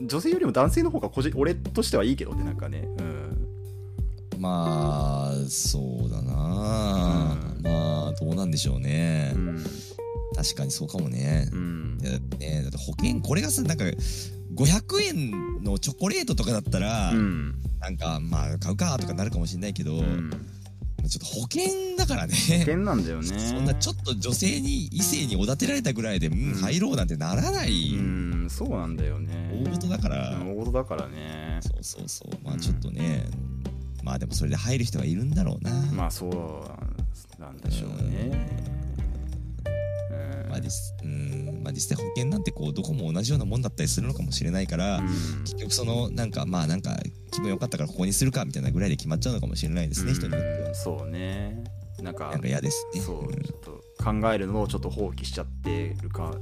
女性よりも男性の方が個人俺としてはいいけどねなんかね。うんまあそうだな、うんまあどうなんでしょうね、うん確かにそうかもねう、んいやだってねだって保険これがさなんか500円のチョコレートとかだったら、うんなんかまあ買うかとかなるかもしれないけど、うんちょっと保険だからね変なんだよね。そんなちょっと女性に異性におだてられたぐらいで、うんうん入ろうなんてならない、うん、そうなんだよね。大事だから、うん大事だからね。そうそうそうまあちょっとね、まあでもそれで入る人がいるんだろうな、ままあそうなんでしょうね。うんあ実うんまあ実際保険なんてこうどこも同じようなもんだったりするのかもしれないから、うん結局そのなんかまあなんか気分良かったからここにするかみたいなぐらいで決まっちゃうのかもしれないですね、人によってうんそうね。なんかなんか嫌ですねそう、んちょっと考えるのをちょっと放棄しちゃってるか、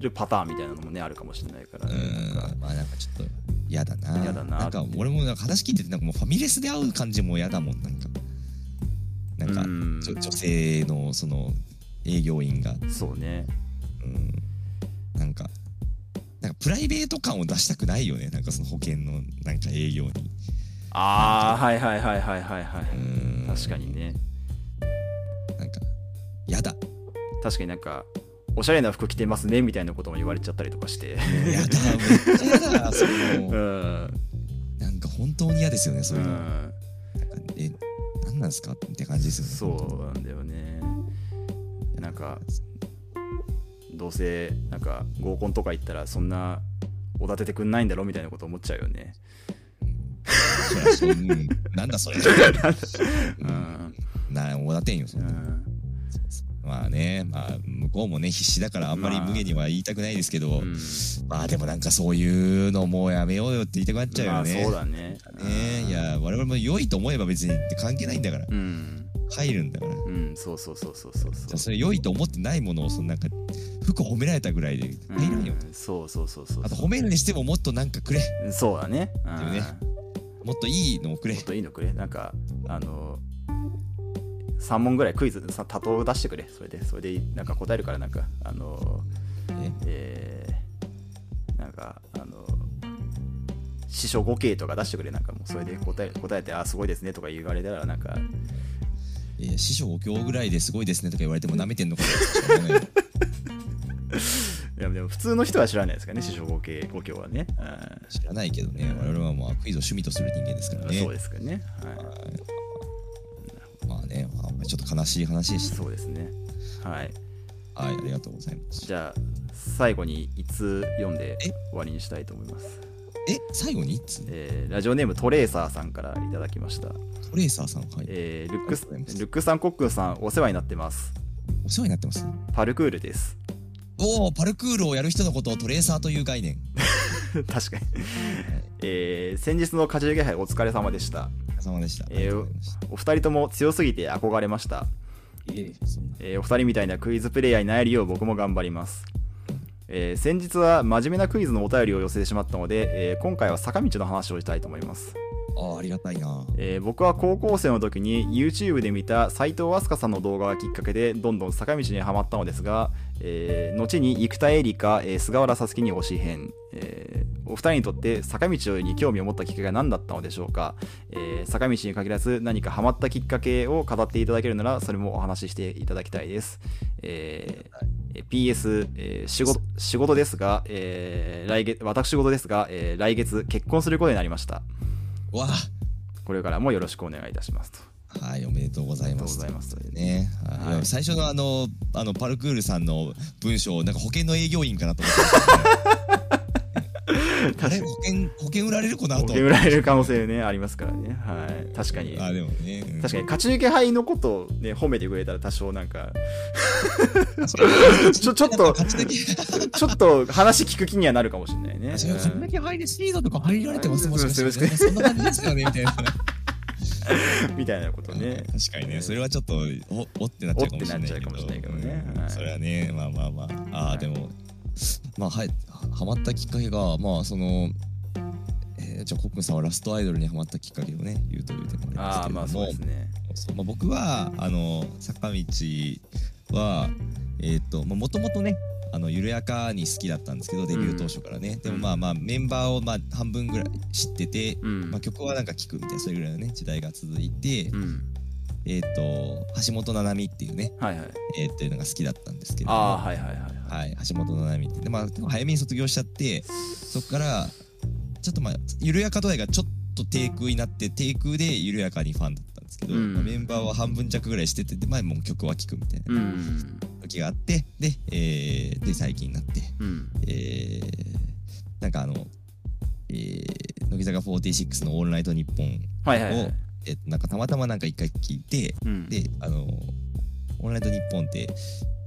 るパターンみたいなのもね、あるかもしれないからね。なんうんかまあなんかちょっと嫌だな嫌だなんか俺もなんか話聞いててなんかもうファミレスで会う感じも嫌だもんなんかなんか、うんちょ女性のその営業員がそうね。うんなんかなんかプライベート感を出したくないよねなんかその保険のなんか営業にああ、はいはいはいはいはいはうんい。確かにね。なんか嫌だ確かになんか、おしゃれな服着てますねみたいなことも言われちゃったりとかして。嫌だめっちゃ *laughs* 嫌だそのうん。なんか本当に嫌ですよねそうういうの、なんかん。え何なんですかって感じですよねそうなんだよねなんかどうせなんか合コンとか行ったらそんなおだててくんないんだろみたいなこと思っちゃうよねそりゃそううんなんだそ *laughs* れうん、なおだてんよそうん、なんまあねまあ向こうもね必死だからあんまりまあ無限には言いたくないですけど、うんまあでもなんかそういうのもうやめようよって言いたくなっちゃうまよあね。そうだねねいや我々も良いと思えば別に関係ないんだからうん入るんだから。じうんそうそうそうそうそゃうあそそれ良いと思ってないものをそのなんか服褒められたぐらいでう入らんよ。うんそうそうそうそうあと褒めるにしてももっとなんかくれそうだねうんだよねもっといいのをくれちょっといいのくれなんかあの3問ぐらいクイズさ多答出してくれそれでそれでなんか答えるからなんかあのええーなんかあの師匠 5K とか出してくれなんかもうそれで答え答えて「あすごいですね」とか言われたらなんかいや師匠お経ぐらいですごいですねとか言われても舐めてんのかなって思わないよいやでも普通の人は知らないですからね師匠 5K 5K はね、うん知らないけどね我々はまあクイズを趣味とする人間ですからねそうですかね、はまあね、まあ、ちょっと悲しい話でい、したそうですねはいはいありがとうございますじゃあ最後に一通読んで終わりにしたいと思いますえ最後に一つえーラジオネームトレーサーさんからいただきました、トレーサーさんはいえールックスありがとうございますルックさんコックンさんお世話になってますお世話になってますパルクールですおおパルクールをやる人のことをトレーサーという概念確かに、 *laughs* えー先日の勝ち上げ杯お疲れ様でしたお疲れ様でした、えーありがとうございましたお二人とも強すぎて憧れました、えーお二人みたいなクイズプレイヤーになれるよう僕も頑張ります、えー先日は真面目なクイズのお便りを寄せてしまったので、えー今回は坂道の話をしたいと思いますああありがたいなえー僕は高校生の時に YouTube で見た斉藤飛鳥さんの動画がきっかけでどんどん坂道にはまったのですが、えー後に生田絵梨花、えー菅原さつきに推し編、えーお二人にとって坂道に興味を持ったきっかけが何だったのでしょうか、えー坂道に限らず何かハマったきっかけを語っていただけるならそれもお話ししていただきたいです、えーえー PS、えー仕事仕事ですが、えー来月私事ですが、えー来月結婚することになりましたわこれからもよろしくお願いいたしますと。あはいおめでとうございますありがとうございますとうことでね、*laughs* はいはい最初のあのあのパルクールさんの文章なんか保険の営業員かなと思 *laughs* ってあれ保険保険売られる子なと受け売られる可能性ね、あ *laughs* りますからね。はい。確かに。あ確でもね、うんかに、勝ち抜け杯のことをね、褒めてくれたら多少なん *laughs* か、ちょ、ちょっと、勝ち抜けちょっと話聞く気にはなるかもしれないね。それこんだけ入れシードとか入られてますもしかしてそうですそんな感じですよねみたいなうんみたいなことね。確かにねそれはちょっとおおってなっちゃうかもしれないけどおってなっちゃうかもしれないけどねうんはいそれはねまあまあまああはあいでもまあはいははまったきっかけがまあそのえーじゃあコックンさんはラストアイドルにはまったきっかけをね言うという点もありますけああ、れどもまあそうですね。そうまあ、僕はあの坂道はえっ、ともともとねあの緩やかに好きだったんですけどデビュー当初からね、でもまあまあメンバーをまあ半分ぐらい知ってて、うんまあ、。曲はなんか聴くみたいなそれぐらいのね時代が続いて、うん。えっ、と橋本七海っていうね、はいはい。えー、っていうのが好きだったんですけれどもああ、はいはいはいはい。はい、橋本七海ってで、まあ、でも早めに卒業しちゃってそこからちょっとまあ緩やか度合いがちょっと低空になって低空で緩やかにファンだったんですけど、うんまあメンバーは半分弱ぐらいしててで、まあ、もう曲は聴くみたいなうん。時があってで,、えーで最近になって、うん。えーなんかあの、えー、乃木坂46の「オールナイトニッポン」はいはいはい。えっと、なんかたまたまなんか一回聞いてうん。であの「オンライトニッポン」って、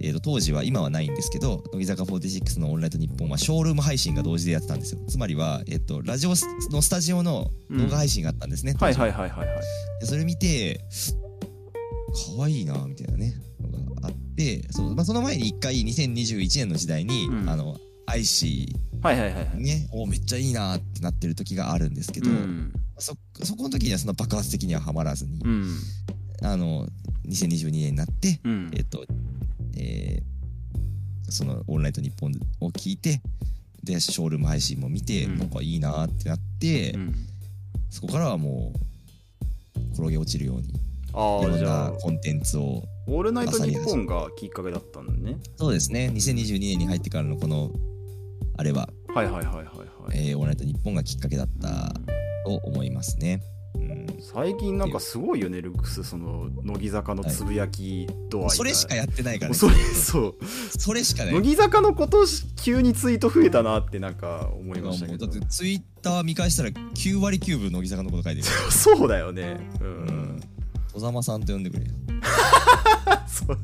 えー、と当時は今はないんですけど乃木坂46の「オンライトニッポン」はショールーム配信が同時でやってたんですよつまりは、えっとラジオのスタジオの動画配信があったんですね、はいはいいはいはいはい。それ見て可愛いなみたいなねのがあってそう、まあ、その前に一回2021年の時代に、うんあのアイシはいはいはいはーい。ねおめっちゃいいなってなってる時があるんですけど、うん。そそこの時にはその爆発的にはハマらずに、うん。あの2022年になって、うんえっとえーその「オンライトニッポン」を聞いてでショールーム配信も見て、うんなんかいいなーってなって、うん。そこからはもう転げ落ちるようにいあろあ、んじゃなあ、コンテンツをオールナイトニッポンがきっかけだったんだね。そうですね2022年に入ってからのこのあれははいはいはいはいはい。 「えーオンライトニッポン」がきっかけだったと思いますね。うん最近なんかすごいよねルックスその乃木坂のつぶやき度合いがそれしかやってないから、ね、それそうそれしかない乃木坂のこと急にツイート増えたなってなんか思いましたけだどってツイッター見返したら9割9分乃木坂のこと書いてるそうだよねうん、小ざまさんと呼んでくれよそう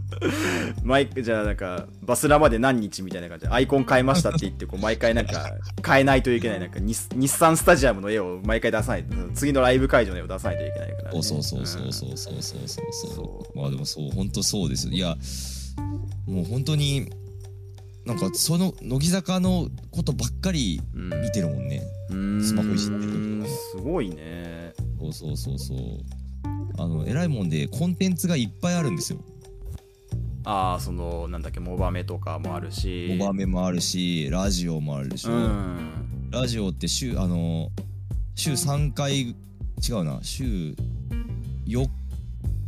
マイクじゃあなんかバスラまで何日みたいな感じでアイコン変えましたって言 *laughs* ってこう毎回なんか変えないといけないなんか日日産スタジアムの絵を毎回出さない次のライブ会場の絵を出さないといけないから、そね、うそうそうそうそうそうそうそうそまあでもそう本当そうですよいやもう本当になんかその乃木坂のことばっかりうん、見てるもんねうんスマホいじってる時とかねすごいねそうそうそうそうあの偉いもんでコンテンツがいっぱいあるんですよああそのなんだっけモバメとかもあるしモバメもあるしラジオもあるでしょ、うんラジオって週あの週3回違うな週4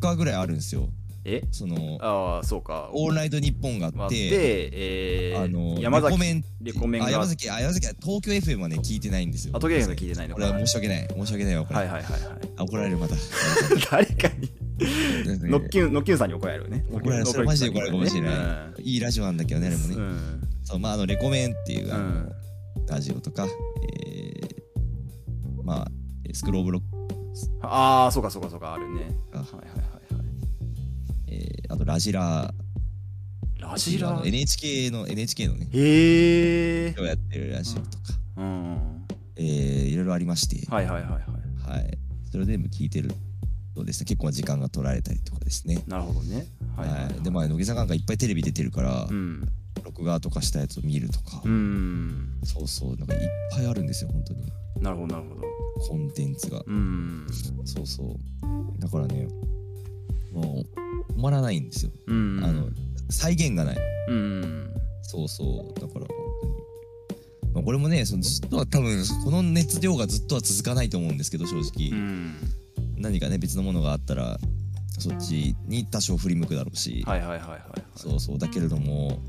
日ぐらいあるんですよえそのああ、そうか。「オールナイトニッポン」があまあっで、て、えーあの山レコ崎、メンレコメンあが山。崎あ山崎は東京 FM はね聞いてないんですよあ、時計が聞いてないのこか。れははい申し訳ない申し訳ないわこれ、はいはいはい。 *laughs* あ怒られるまた誰かに、ノッキュン、ノッキュンさんに怒られるね。怒られるそれマジで怒られるかもしれない、いいラジオなんだけどねあれもね、うんうんそうまああのレコメンっていうあの、うんラジオとか、えーまあスクローブロックああ、そうかそうかそうか、あるね。あはいはいはいはい。えーあとラジラーラジあラの NHK の NHK のねへえ。今日やってるラジオとか、うん。えーいろいろありまして、はいはいはいはい。はいそれ全部聞いてるとですね結構時間が取られたりとかですねなるほどね。ははいい、はいはい。でまあ乃木坂なんかいっぱいテレビ出てるから、うん。録画とかしたやつを見るとか、うん。そうそうなんかいっぱいあるんですよ本当になるほどなるほど。コンテンツが、うん。そうそうだからねもう止まらないんですよ、うん。あの再現がないうん。そうそうだから本当に、まあ、これもねそのずっとは多分この熱量がずっとは続かないと思うんですけど正直、うん。何かね別のものがあったらそっちに多少振り向くだろうし、はいはいはいはいはい。そうそうだけれども、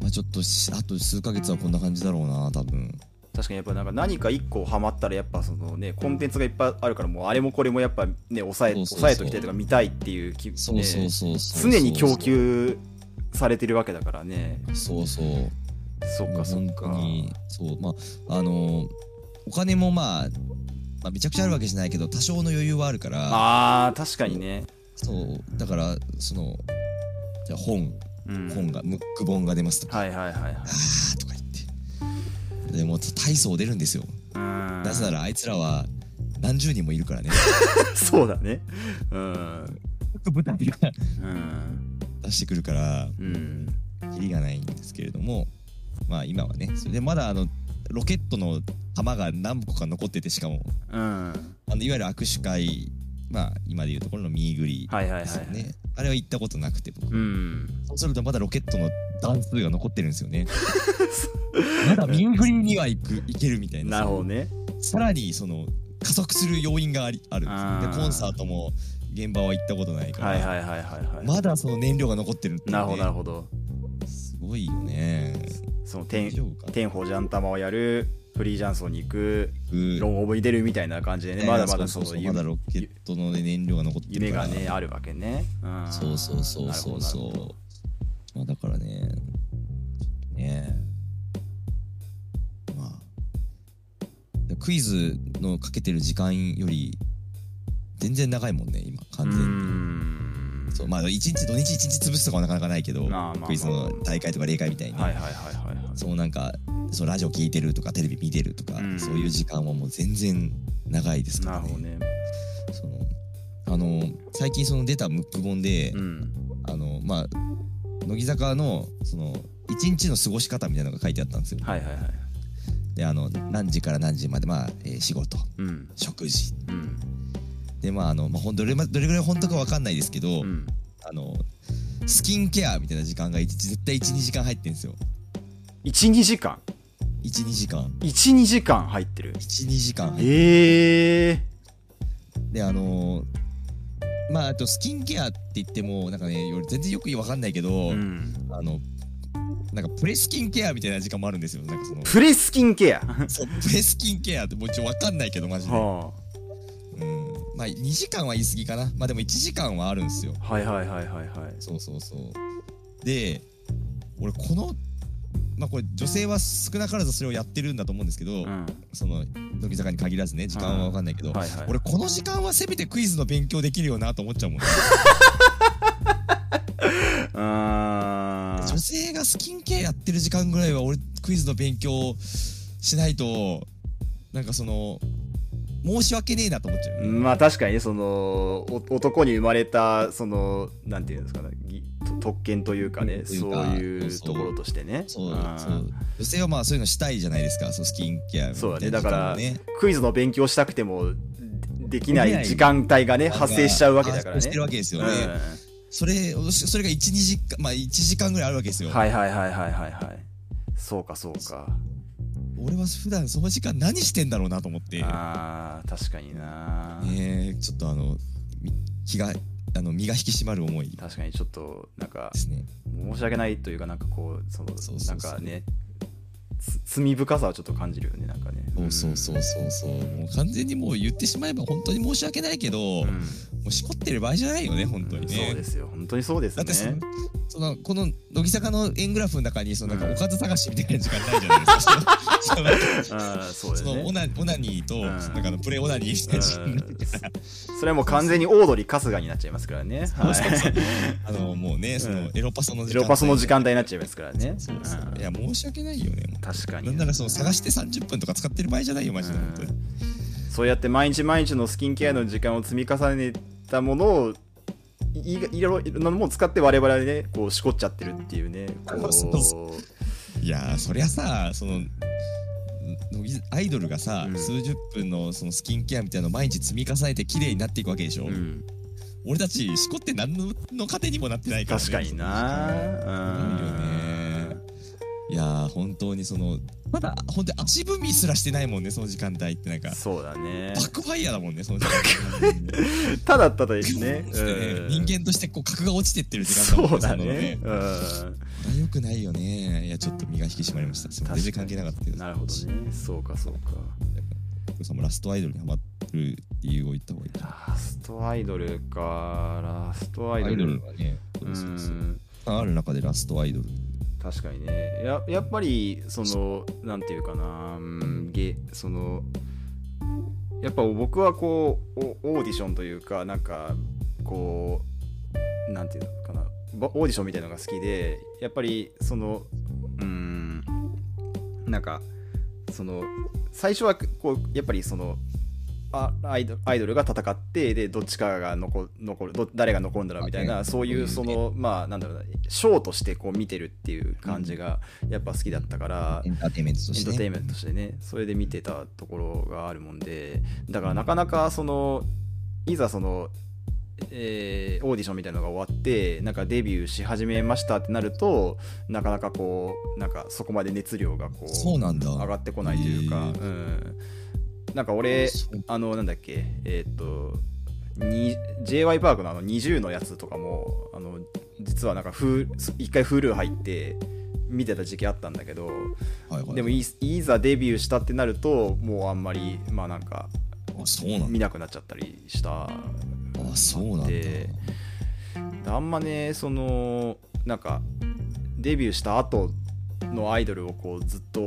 まあ、ちょっとしあと数ヶ月はこんな感じだろうな多分確かにやっぱなんか何か一個ハマったらやっぱそのねコンテンツがいっぱいあるからもうあれもこれもやっぱね抑えそうそうそう抑えときたいとか見たいっていう気そうそうそうそう、ね常に供給されてるわけだからねそうそうそっもうかそっ本か当にそうまああのお金もまあ、まあ、めちゃくちゃあるわけじゃないけど多少の余裕はあるからあー確かにね、そうだからそのじゃあ本うん、本がムック本が出ますとかはいはいはいは「いあー」とか言ってでも大層出るんですようんなぜならあいつらは何十人もいるからね *laughs* そうだねうん舞台がうん出してくるからうんキリがないんですけれどもまあ今はねそれでまだあのロケットの弾が何個か残っててしかもうんあのいわゆる握手会まあ今でいうところのミーグリはいはいはいですよね、はいあれは行ったことなくて僕、うんそうするとまだロケットの段数が残ってるんですよ *laughs* ねまだミーグリには行く行けるみたいななるほどねさらにその加速する要因がありあるんですよあーでコンサートも現場は行ったことないから、はいはいはいはいはい、まだその燃料が残ってるっていうねなるほどなるほどすごいよねその天大丈夫か天保ジャン玉をやるフリージャンソンに行くうんロンオブに出るみたいな感じでね、ねまだまだそそうのそうそうまだロケットのね燃料が残って夢るからがねあるわけね、うん、そうそうそうそうなるほどなるほどそう。まあだからね、ちょっとね、まあ、クイズのかけてる時間より、全然長いもんね、今、う完ー全に。んそうまあ、一日、土日一日潰すとかはなかなかないけど、まあまあまあクイズの大会とか例会みたいに、はいはいはいはいはいそうなんか、そうラジオ聞いてるとか、テレビ見てるとか、うんそういう時間はもう全然長いですかならるね。ほどねそのあの最近その出たムック本で、うんあのまあ乃木坂のその一日の過ごし方みたいなのが書いてあったんですよ。はいはいはいであの何時から何時までまあ、えー仕事うん食事うんでまああの、まあ、ほんどれまどれぐらい本当かわかんないですけど、うんあのスキンケアみたいな時間が一日絶対12時間入ってるんですよ。 12時間12時間12時間入ってる12時間入っええであのーまああとスキンケアって言ってもなんかねよ全然よくわかんないけど、うん、あのなんかプレスキンケアみたいな時間もあるんですよなんか *laughs* そのプレスキンケアそうプレスキンケアってもう一応わかんないけどマジで。はうんまあ2時間は言い過ぎかなまあでも1時間はあるんですよあはいはいはいはいはいそうそうそうで俺このまあこれ女性は少なからずそれをやってるんだと思うんですけど、うんその乃木坂に限らずね時間は分かんないけど、はいはい俺この時間はせめてクイズの勉強できるよなと思っちゃうもん、ね、うーん女性がスキンケアやってる時間ぐらいは俺クイズの勉強しないとなんかその申し訳ねえなと思っちゃう、まあ確かにねそのお男に生まれたそのなんていうんですかねぎと特権というかねというそうかいうそうそうところとしてねそううんそう女性はまあそういうのしたいじゃないですかそのスキンケアみたいそうなだね時間だからをねクイズの勉強したくてもでできなできないい時間帯がね発生しちゃうわけだから発生してねるわけですよね。うそれを、それが1、2時間、まあ1時間ぐらいあるわけですよ。んはいはいはいはいはいはいそうかそうか俺は普段その時間何してんだろうなと思って、あー確かにな、えー、ちょっとあのみ気があの身が引き締まる思いで確かにちょっとなんかすね。申し訳ないというかなんかこうそのそうそうそうなんかねつ罪深さはちょっと感じるよねなんかねそうそうそうそうそうもう完全にもう言ってしまえば本当に申し訳ないけど、うんもうしこってる場合じゃないよね本当にね。そうですよ本当にそうですだってそのねそのこの乃木坂の円グラフの中にそのなんうかんおかず探しみたいな時間ないじゃないですか。そのあーそうですそのオねナオナニーとんなんかあのプレオナニーみたいな時間うんそれはもう完全にオードリー春日になっちゃいますからねはいあのもうねそのエロパソの時エ間帯ロパソの時間帯になっちゃいますからねそうそううんいや申し訳ないよね。確かになんならその探して30分とか使ってる場合じゃないよマジで本当に。そうやって毎日毎日のスキンケアの時間を積み重ねたものをいいいろいろなものを使って我々ねこうしこっちゃってるっていうねこうそういやーそりゃさそのん乃木アイドルがさ、うん数十分のそのスキンケアみたいなのを毎日積み重ねて綺麗になっていくわけでしょ、うん俺たちしこって何のの糧にもなってないから、ね、確かになすごいよねいやー本当にそのまだ本当に足踏みすらしてないもんねその時間帯ってなんかうんそうだねバックファイヤーだもんねその時間帯ただただですねね *laughs* うん人間としてこう格が落ちてってる時間だもそんうだのねそれは良くないよねいやちょっと身が引き締まりましたすいません全然関係なかったけうどんなるほどねそうかそうかさんもラストアイドルにハマってる理由を言った方がいいな。ラストアイドルかラストアイドルはね、そううそうそうんある中でラストアイドル。確かにねややっぱりそのなんていうかなうんげそのやっぱ僕はこうおオーディションというかなんかこうなんていうのかなばオーディションみたいなのが好きでやっぱりそのうんなんかその最初はこうやっぱりそのあアイドアイドルが戦ってでどっちかが残残るど誰が残るんだろうみたいなあそういうそのまあなんだろうなショーとしてこう見てるっていう感じがやっぱ好きだったから、エンターテインメントとエしンて、ターテイね。ンメントとしてねそれで見てたところがあるもんでだからなかなかそのいざその、えーオーディションみたいなのが終わってなんかデビューし始めましたってなるとなかなかこうなんかそこまで熱量がこうそうなんだ。上がってこないというか、うん、なんか俺そうあのなんだっけえーっとに j y パークのあの20のやつとかもあの実はなんかフー一回 Hulu 入って見てた時期あったんだけどはいはい、でもいいざデビューしたってなるともうあんまりまあなんかあそうなんだ。見なくなっちゃったりしたあそうなんだ。であんまねそのなんかデビューした後のアイドルをこうずっと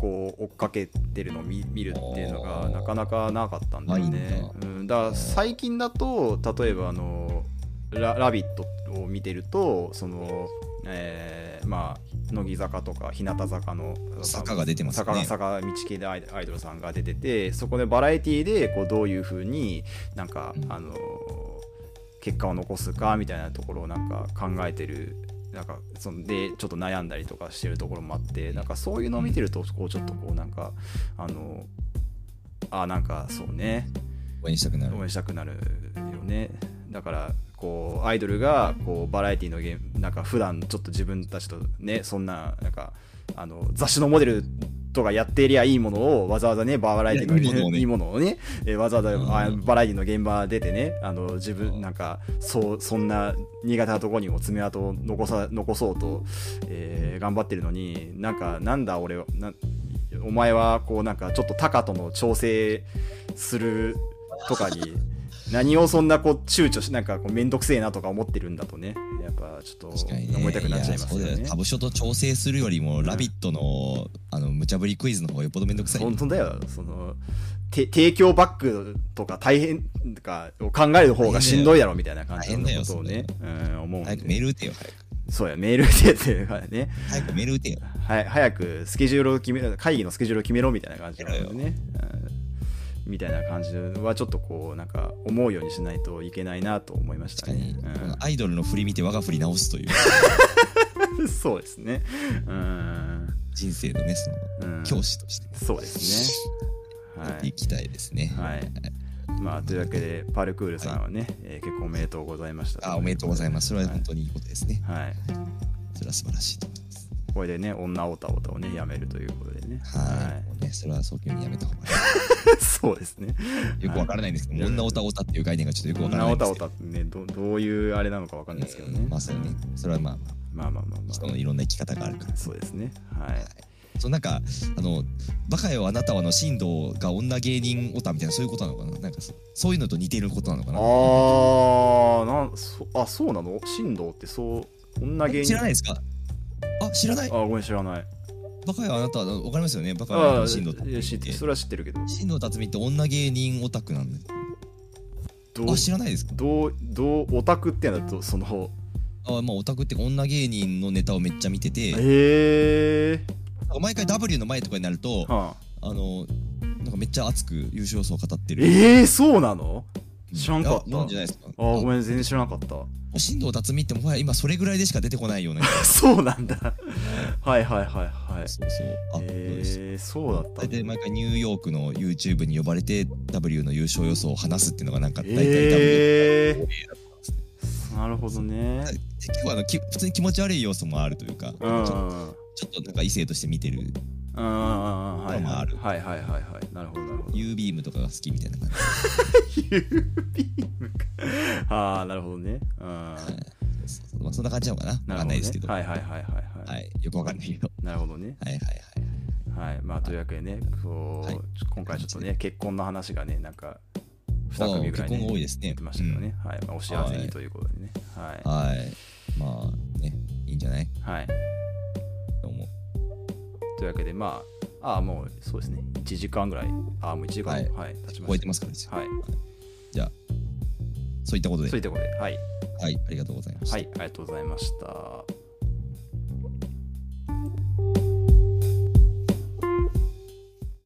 こう追っかけてるのを見見るっていうのあがーなかなかなかったんだよねないん。うん、だから最近だと例えばあのラ「ラビット!」を見てるとその、えーまあ乃木坂とか日向坂の坂が出てますね坂が坂道系でアイアイドルさんが出ててそこでバラエティーでこうどういうふうになんか、うんあの結果を残すかみたいなところをなんか考えてるなんかそのでちょっと悩んだりとかしてるところもあってなんかそういうのを見てるとこうちょっとこうなんかあのあなんかそうね応援したくなる応。援したくなるよねだからこうアイドルがこうバラエティのゲームなんか普段ちょっと自分たちとねそんななんかあの雑誌のモデルとかやっていりゃいいものをわざわざねバラエティのいやいいものをねいいものをねえーわざわざうんあバラエティの現場出てねあの自分なんかそうそんな苦手なところにも爪痕を残さ残そうと、えー頑張ってるのになんかなんだ俺はなお前はこうなんかちょっとタカとの調整するとかに何をそんなこう躊躇しなんかこう面倒くせえなとか思ってるんだとねやっぱちょっ確とかにね。思いたくなっちゃいますよやそうだねよ。タブ署と調整するよりも、ラビットの、あの、無茶ぶりクイズの方がよっぽどめんどくさい。本当だよそのて提供バッグとか大変とかを考える方がしんどいだろみたいな感じのことをね、うん、思うん早でくメール打てよ、早く。そうやメールでっていうからね早くメール打てよ。は早くスケジュールを決めろ会議のスケジュールを決めろみたいな感じなのでね、うんみたいな感じはちょっとこうなんか思うようにしないといけないなと思いました確かにね、。うんこのアイドルの振り見て我が振り直すという *laughs* そうですね。うん。人生のね、その、うん教師としてそうですね。やっはていい。きたいですね。はい。まあ、というわけで、パルクールさんはね、えー結構おめでとうございました。あおめでとうございます。それははい本当にいいことですね。はい。それは素晴らしいと思います。これでね、女オタオタをね、やめるということでね。はい、ね、それは早急にやめた方がいい。 *laughs* そうですね。い。よくわからないんですけど、はい女オタオタっていう概念がちょっとよくわから女ないオんでタすけど。オタってね、どどういうあれなのかわかんないですけどねうん。まあそうね。それはまあまあ、まあまあまあま人のいろんな生き方があるから。あ。そうですね。はい。そのなんか、あの、バカよあなたはの進藤が女芸人オタみたいな、そういうことなのかななんかそ、そういうのと似てることなのかなああ、なんそあそうなの神道ってそう女芸人知らないですかあ、知らないあごめん知らない。バカよあなたは、わかりますよねバカよあなたあのあ進藤いや辰知巳ってってそ。れは知ってるけど。進藤辰巳って女芸人オタクなんで。どうあ、知らないですかどうどうオタクっていうのはどそのあ、まあオタクって女芸人のネタをめっちゃ見てて、へえ毎回 W の前とかになると、はああの、なんかめっちゃ熱く優勝層を語ってる。えー、そうなの知らんかったいや読んじゃないですか。あごめん全然知らなかった。 *laughs* あ進藤辰巳ってもはや今それぐらいでしか出てこないよね。そうな *laughs* んだ。はいはいはいはい。そうそう。あ、そうです。えー、そうだった大んだ。体毎回ニューヨークの YouTube に呼ばれて W の優勝予想を話すっていうのがなんか大体 W えでー、なるほどね。結構あのき普通に気持ち悪い要素もあるというか、うん。ちょうんちょっとなんか異性として見てるうんうんうんはいまああはいるはいはいはいはいなるほどなるほど U ビームとかが好きみたい *laughs* な感じ。ああなるほどねうんはいそうそうまあ、そんな感じなのかなわるかほんどないねですけど。はいはいはいはいははいい。よくわかんないけど。なるほどねはいはいはい。はいまあというわけでねこうはいちょ今回ちょっとね結婚の話がねなんかあ2組ぐらい結婚が多いねですね。出てましたけどねはいまあお幸せにということでねはうん。はい。まあね、いいんじゃないいはいと思う。というわけでまあああもうそうですね1時間ぐらいああもう1時間はいはい経ちま超えしてますからですよ。たはいじゃあ、そういったことでそうい。ったことではいはい、ありがとうございました。はいありがとうございました